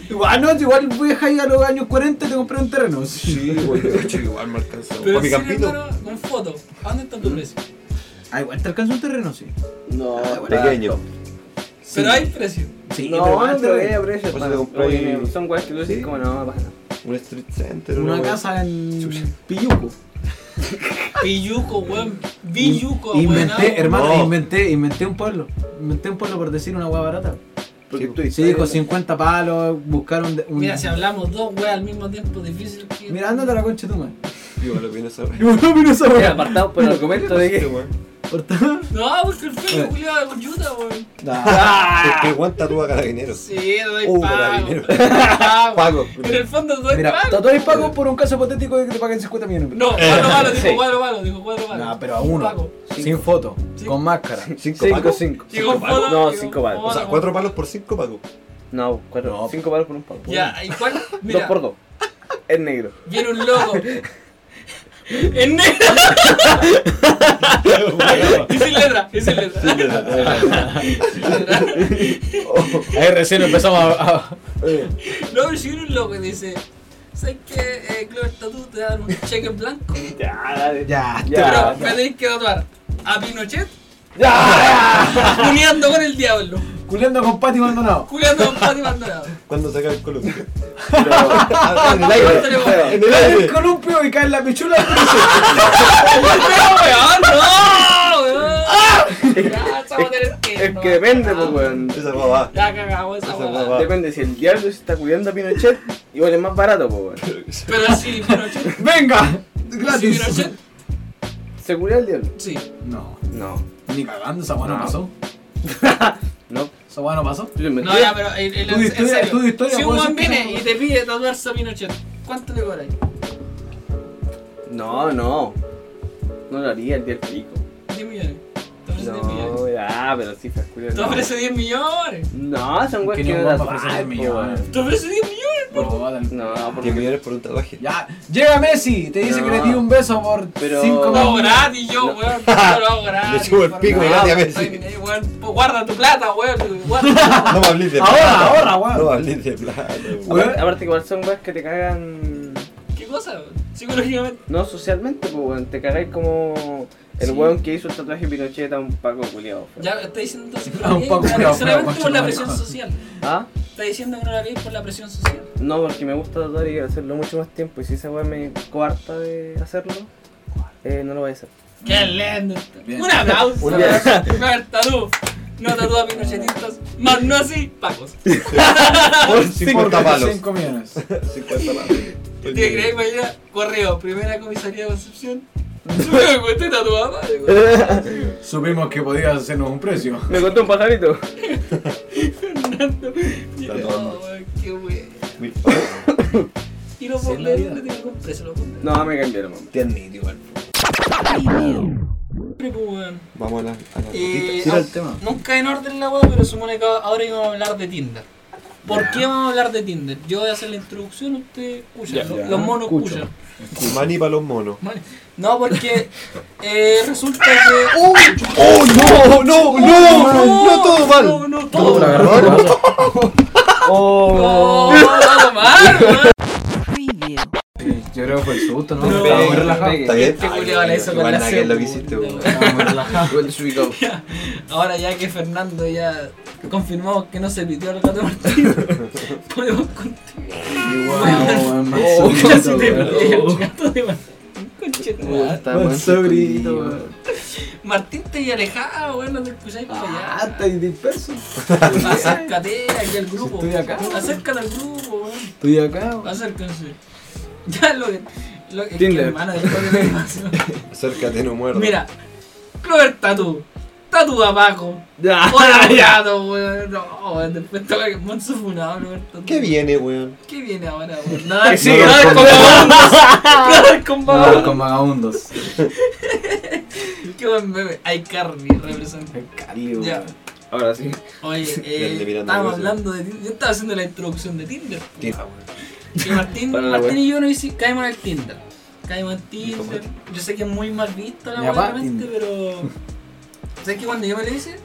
[SPEAKER 2] Igual no, igual voy a dejar a los años 40 y te compré un terreno.
[SPEAKER 5] Sí, güey, yo cacho que igual me alcanzó.
[SPEAKER 4] Pero
[SPEAKER 5] ¿Para mi
[SPEAKER 4] sí,
[SPEAKER 5] campito?
[SPEAKER 4] hermano, con foto. ¿A ¿Dónde
[SPEAKER 2] Mm.
[SPEAKER 4] está tu precio?
[SPEAKER 2] Ah, igual te alcanza un terreno, sí.
[SPEAKER 6] No,
[SPEAKER 5] Pequeño.
[SPEAKER 4] Pero hay precio.
[SPEAKER 2] Sí,
[SPEAKER 6] No,
[SPEAKER 2] pero
[SPEAKER 6] no,
[SPEAKER 2] igual
[SPEAKER 6] no
[SPEAKER 2] te
[SPEAKER 6] te voy
[SPEAKER 2] vale.
[SPEAKER 6] a precio,
[SPEAKER 5] O sea,
[SPEAKER 6] hermano.
[SPEAKER 5] Pues compré-
[SPEAKER 6] Oye, Son weas que tú decís, como no, pasa nada.
[SPEAKER 5] Un street center.
[SPEAKER 2] Una
[SPEAKER 5] weón.
[SPEAKER 2] casa
[SPEAKER 5] Chucha.
[SPEAKER 2] en Piyuco.
[SPEAKER 4] Pilluco, weón. Villuco, weón. Ah,
[SPEAKER 2] Inventé, hermano,
[SPEAKER 5] No.
[SPEAKER 2] inventé, inventé un pueblo. Inventé un pueblo por decir una hueá barata.
[SPEAKER 6] Porque
[SPEAKER 5] Sí,
[SPEAKER 6] tú
[SPEAKER 2] Se dijo 50 palos, buscaron de- un.
[SPEAKER 4] Mira, si hablamos dos weas al mismo tiempo, difícil que.
[SPEAKER 2] Mira, ándate a la concha tu madre.
[SPEAKER 5] Yo me lo vine a saber.
[SPEAKER 2] Yo no miro esa
[SPEAKER 6] Estoy
[SPEAKER 2] hueá.
[SPEAKER 6] apartado por el argumento de que.
[SPEAKER 2] Cortá.
[SPEAKER 4] No, porque el feo culiado de Coyuta, weón.
[SPEAKER 6] Ah.
[SPEAKER 5] Es que aguanta tú a carabineros.
[SPEAKER 4] Sí, no doy
[SPEAKER 5] Uh,
[SPEAKER 4] pago.
[SPEAKER 5] carabinero.
[SPEAKER 4] Pago.
[SPEAKER 5] Pago.
[SPEAKER 4] En el fondo no doy
[SPEAKER 2] Mira,
[SPEAKER 4] pago.
[SPEAKER 2] tatuajes pagos por un caso hipotético de que te paguen 50 millones.
[SPEAKER 4] No, cuadro malo,
[SPEAKER 6] Sí.
[SPEAKER 4] dijo cuadro malo, dijo cuadro malo.
[SPEAKER 2] No, pero a uno.
[SPEAKER 4] Pago.
[SPEAKER 2] Sin foto,
[SPEAKER 4] Cinco.
[SPEAKER 2] con máscara.
[SPEAKER 5] Cinco
[SPEAKER 6] Cinco,
[SPEAKER 5] palos.
[SPEAKER 6] cinco.
[SPEAKER 4] Llegó
[SPEAKER 6] Cinco palos.
[SPEAKER 4] foda,
[SPEAKER 6] No,
[SPEAKER 4] llegó
[SPEAKER 6] cinco palos.
[SPEAKER 5] O sea,
[SPEAKER 4] Ahora,
[SPEAKER 5] cuatro palos por cinco palos.
[SPEAKER 6] No, cuatro.
[SPEAKER 2] No.
[SPEAKER 6] Cinco palos por un palo.
[SPEAKER 4] Ya, ¿y cuál?
[SPEAKER 6] Dos
[SPEAKER 4] Mira,
[SPEAKER 6] por dos. Es negro.
[SPEAKER 4] viene un loco. En negro. Y sin letra, y sin letra.
[SPEAKER 2] Ahí recién empezamos a. a-
[SPEAKER 4] No, pero si viene un loco y dice, ¿sabes qué? Eh, Clover Tattoo te da un cheque en blanco,
[SPEAKER 6] Ya,
[SPEAKER 4] pero
[SPEAKER 6] ya.
[SPEAKER 4] me tenés que tatuar a Pinochet
[SPEAKER 2] ¡Ya!
[SPEAKER 4] cuneando con el diablo,
[SPEAKER 2] Culeando con Pati Maldonado.
[SPEAKER 4] culeando con Pati Maldonado.
[SPEAKER 5] Cuando saca el Ah, columpio.
[SPEAKER 6] En el aire. Ah, En el aire.
[SPEAKER 2] Con un peo y cae en la pichula.
[SPEAKER 4] ¡No, weón! ¡No, weón! Ya, esa va a tener que...
[SPEAKER 6] Es
[SPEAKER 4] no,
[SPEAKER 6] que depende, pues,
[SPEAKER 4] ya.
[SPEAKER 6] weón.
[SPEAKER 5] Esa guapa.
[SPEAKER 4] Ya cagamos esa
[SPEAKER 5] Esa
[SPEAKER 4] weón.
[SPEAKER 5] hueá.
[SPEAKER 6] Depende si el diablo se está cuidando a Pinochet, igual es más barato, pues, weón.
[SPEAKER 4] Pero si Pinochet...
[SPEAKER 2] ¡Venga!
[SPEAKER 4] Si
[SPEAKER 2] ¡Gratis!
[SPEAKER 4] Pinochet,
[SPEAKER 6] ¿Se cura el diablo?
[SPEAKER 4] sí.
[SPEAKER 2] No,
[SPEAKER 6] No.
[SPEAKER 2] ni cagando, esa weá no
[SPEAKER 6] No.
[SPEAKER 2] pasó.
[SPEAKER 6] No.
[SPEAKER 2] ¿Esa weá no pasó?
[SPEAKER 6] Yo me
[SPEAKER 4] No, ya, pero en, en,
[SPEAKER 2] Tu
[SPEAKER 4] en
[SPEAKER 2] historia-
[SPEAKER 4] serio.
[SPEAKER 2] tu historia
[SPEAKER 4] si un
[SPEAKER 2] puede ser
[SPEAKER 4] weón
[SPEAKER 2] que
[SPEAKER 4] viene
[SPEAKER 2] no-
[SPEAKER 4] y te pide tatuarse a Pinochet, ¿cuánto le cobráis?
[SPEAKER 6] No, no. No lo haría el día del pico.
[SPEAKER 4] 10 millones. Te ofrece 10 millones.
[SPEAKER 6] No, ya, pero sí, fue culiao,
[SPEAKER 4] Te ofrece 10 millones.
[SPEAKER 6] No, No, son weas
[SPEAKER 2] Que
[SPEAKER 6] que
[SPEAKER 2] ni un
[SPEAKER 6] no
[SPEAKER 2] guapo
[SPEAKER 6] tatuar,
[SPEAKER 2] ofrece 10
[SPEAKER 6] po,
[SPEAKER 2] millones.
[SPEAKER 6] weón.
[SPEAKER 4] Te ofrece 10 millones.
[SPEAKER 2] Bro,
[SPEAKER 6] No,
[SPEAKER 5] Que
[SPEAKER 6] porque.
[SPEAKER 5] millones por un tatuaje.
[SPEAKER 2] Ya, llega Messi, te dice
[SPEAKER 6] No.
[SPEAKER 2] que le di un beso por
[SPEAKER 6] Pero-
[SPEAKER 2] 5
[SPEAKER 4] Lo hago gratis yo, weón. Yo lo hago gratis.
[SPEAKER 5] Le chupo el
[SPEAKER 4] por
[SPEAKER 5] pico,
[SPEAKER 4] favor.
[SPEAKER 5] gracias,
[SPEAKER 4] Estoy-
[SPEAKER 5] Messi.
[SPEAKER 4] eh, weón, pues Guarda tu plata, weón. Guarda.
[SPEAKER 5] No me hables de
[SPEAKER 2] Ahora,
[SPEAKER 5] plata.
[SPEAKER 2] ahora, weón.
[SPEAKER 5] No me hables de plata.
[SPEAKER 2] Weón.
[SPEAKER 5] weón.
[SPEAKER 6] Aparte, aparte que igual son weas que te cagan.
[SPEAKER 4] ¿Qué cosa, weón? Psicológicamente.
[SPEAKER 6] No socialmente, pues weón. Te cagáis como. El
[SPEAKER 4] Sí.
[SPEAKER 6] weón que hizo el tatuaje de Pinochet a un paco culiado.
[SPEAKER 4] Ya está diciendo entonces que
[SPEAKER 2] Ah, un
[SPEAKER 4] no
[SPEAKER 2] poco
[SPEAKER 4] la
[SPEAKER 2] curado,
[SPEAKER 4] veis solamente
[SPEAKER 2] curado,
[SPEAKER 4] por la
[SPEAKER 2] macho,
[SPEAKER 4] presión
[SPEAKER 2] no.
[SPEAKER 4] social.
[SPEAKER 6] ¿Ah?
[SPEAKER 4] Está diciendo que no la veis por la presión social.
[SPEAKER 6] No, porque me gusta tatuar y quiero hacerlo mucho más tiempo. Y si esa wea me coarta de hacerlo, eh, no lo voy a hacer.
[SPEAKER 4] ¡Qué lindo!
[SPEAKER 2] Bien.
[SPEAKER 4] Un aplauso.
[SPEAKER 5] Un
[SPEAKER 4] Un
[SPEAKER 5] aplauso.
[SPEAKER 4] aplauso. No tatúa pinochetistas, más no así, pacos.
[SPEAKER 5] Por 50 palos.
[SPEAKER 2] 5 millones.
[SPEAKER 5] 50 palos.
[SPEAKER 4] ¿Te crees, mañana? Correo, primera comisaría de Concepción. Sube, güey, estoy tatuado, madre, güey.
[SPEAKER 2] Supimos que podías hacernos un precio.
[SPEAKER 6] Me contó un pajarito.
[SPEAKER 4] Fernando.
[SPEAKER 5] Tatuando.
[SPEAKER 4] No, güey, qué güey.
[SPEAKER 5] Mil palos.
[SPEAKER 4] Y los
[SPEAKER 2] Sí, la
[SPEAKER 4] bomberos
[SPEAKER 2] vida.
[SPEAKER 4] le tienen un preso, los bomberos.
[SPEAKER 6] No, me cambiaron, mamá.
[SPEAKER 5] Tiernito igual.
[SPEAKER 4] Siempre, pues, weón.
[SPEAKER 5] Vamos a la, a la
[SPEAKER 4] Eh,
[SPEAKER 5] notita.
[SPEAKER 2] era el tema.
[SPEAKER 4] Nunca en orden la weá, pero supone que ahora íbamos a hablar de Tinder. ¿Por qué vamos a hablar de Tinder? Yo voy a hacer la introducción, ustedes escuchan, los, los monos
[SPEAKER 2] Escucho.
[SPEAKER 4] escuchan.
[SPEAKER 5] Mani para los monos.
[SPEAKER 4] Vale. No, porque eh, resulta que. ¡Uy!
[SPEAKER 5] ¡Oh, no! ¡No! ¡Oh, ¡No! ¡No todo
[SPEAKER 4] No,
[SPEAKER 5] mal!
[SPEAKER 4] no, todo mal.
[SPEAKER 5] agarró.
[SPEAKER 4] No, todo mal, weón.
[SPEAKER 2] Sí, Yo creo que fue el susto, ¿no?
[SPEAKER 4] No.
[SPEAKER 2] Estaba muy
[SPEAKER 5] Pegue,
[SPEAKER 2] relajado.
[SPEAKER 6] pegue.
[SPEAKER 5] Está bien.
[SPEAKER 4] Qué culiao la hizo con
[SPEAKER 5] Igual
[SPEAKER 4] la
[SPEAKER 5] nada que es
[SPEAKER 4] celu,
[SPEAKER 5] lo que hiciste,
[SPEAKER 4] weón.
[SPEAKER 5] weón.
[SPEAKER 2] Estaba muy relajado.
[SPEAKER 6] Igual desubicado.
[SPEAKER 4] Ahora ya que Fernando ya confirmó que no se pitió el gato Martín, podemos continuar.
[SPEAKER 2] Igual, más
[SPEAKER 4] Oh, casi
[SPEAKER 2] susto,
[SPEAKER 4] te
[SPEAKER 2] weón.
[SPEAKER 4] perdí el gato de Martín. Conchetumare.
[SPEAKER 6] Está mal
[SPEAKER 2] sobrino,
[SPEAKER 6] suscrito,
[SPEAKER 2] weón.
[SPEAKER 6] weón.
[SPEAKER 4] Martín te y alejado, weón, no te escucháis para
[SPEAKER 2] Ah,
[SPEAKER 4] allá.
[SPEAKER 2] estáis disperso.
[SPEAKER 4] Acércate aquí al grupo.
[SPEAKER 2] estoy acá.
[SPEAKER 4] Acércate al grupo, weón.
[SPEAKER 2] Estoy acá.
[SPEAKER 4] Acérquense. Ya lo que. Lo, es que,
[SPEAKER 6] Tinder.
[SPEAKER 4] hermano, después de lo que pasó.
[SPEAKER 5] Acércate, no muerdo.
[SPEAKER 4] Mira, Clover Tatu. Tatu abajo.
[SPEAKER 6] Ya.
[SPEAKER 4] Hola, gato, weón. No, weón. Después estaba que Monzo funado, Clover Tatu.
[SPEAKER 5] ¿Qué viene, weón?
[SPEAKER 4] ¿Qué viene ahora, weón? Nada,
[SPEAKER 6] Sí,
[SPEAKER 4] nada
[SPEAKER 6] no,
[SPEAKER 4] con vagabundos. Nada con
[SPEAKER 2] No,
[SPEAKER 4] vagabundos.
[SPEAKER 2] con vagabundos.
[SPEAKER 4] Qué buen bebé. Ay, Carly representa. Ya.
[SPEAKER 6] Ahora sí.
[SPEAKER 4] Oye,
[SPEAKER 5] Del de
[SPEAKER 4] eh,
[SPEAKER 5] Miranda
[SPEAKER 4] estábamos
[SPEAKER 5] Cosio.
[SPEAKER 4] hablando de Tinder. Yo estaba haciendo la introducción de Tinder. po.
[SPEAKER 5] ¿Qué?
[SPEAKER 4] Que Martín,
[SPEAKER 6] Para la
[SPEAKER 4] Martín
[SPEAKER 6] wea.
[SPEAKER 4] y yo nos hici- caímos en el Tinder. Caímos en Tinder.
[SPEAKER 5] Martín.
[SPEAKER 4] Yo sé que es muy mal visto la
[SPEAKER 2] Ya
[SPEAKER 4] wea
[SPEAKER 2] va,
[SPEAKER 4] realmente, pero. ¿Sabes que cuando yo me lo hice?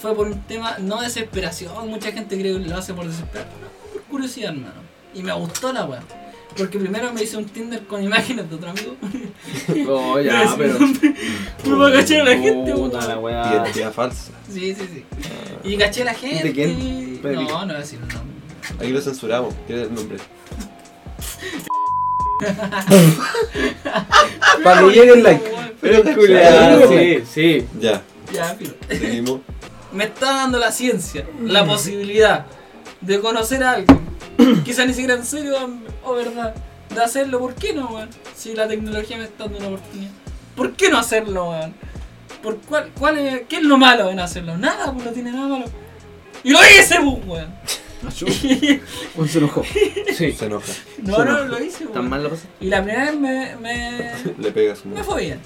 [SPEAKER 4] Fue por un tema, no desesperación. Mucha gente cree que lo hace por desesperación. No, por curiosidad, hermano. Y me gustó la wea. Porque primero me hice un Tinder con imágenes de otro amigo.
[SPEAKER 6] No, Oh, ya,
[SPEAKER 4] Pero
[SPEAKER 6] pero.
[SPEAKER 4] así Me va a cachar a la gente,
[SPEAKER 6] Puta
[SPEAKER 4] weón.
[SPEAKER 6] la weá.
[SPEAKER 5] Identidad falsa.
[SPEAKER 4] Sí, sí, sí. Y caché a la gente.
[SPEAKER 6] ¿De quién?
[SPEAKER 4] No, no voy a decir un nombre.
[SPEAKER 5] Aquí lo censuramos. Tiene el nombre.
[SPEAKER 6] Para que llegue el like.
[SPEAKER 4] like.
[SPEAKER 5] Pero
[SPEAKER 6] Culiao, Sí, sí.
[SPEAKER 5] Ya,
[SPEAKER 4] Ya, filo.
[SPEAKER 5] seguimos.
[SPEAKER 4] me está dando la ciencia, la posibilidad de conocer a alguien, quizá ni siquiera en serio o verdad, de hacerlo, ¿por qué no, weón? Si la tecnología me está dando una oportunidad, ¿por qué no hacerlo, weón? ¿Por cuál, cuál es, ¿Qué es lo malo en hacerlo? Nada, pues no tiene nada malo. Y lo hice, pues, weón.
[SPEAKER 2] Un se enojó.
[SPEAKER 5] Se enoja.
[SPEAKER 4] No, no, lo hice,
[SPEAKER 6] Tan
[SPEAKER 4] weón.
[SPEAKER 6] mal lo pasé.
[SPEAKER 4] Y la primera vez me, me,
[SPEAKER 5] Le pegas un.
[SPEAKER 4] me fue bien.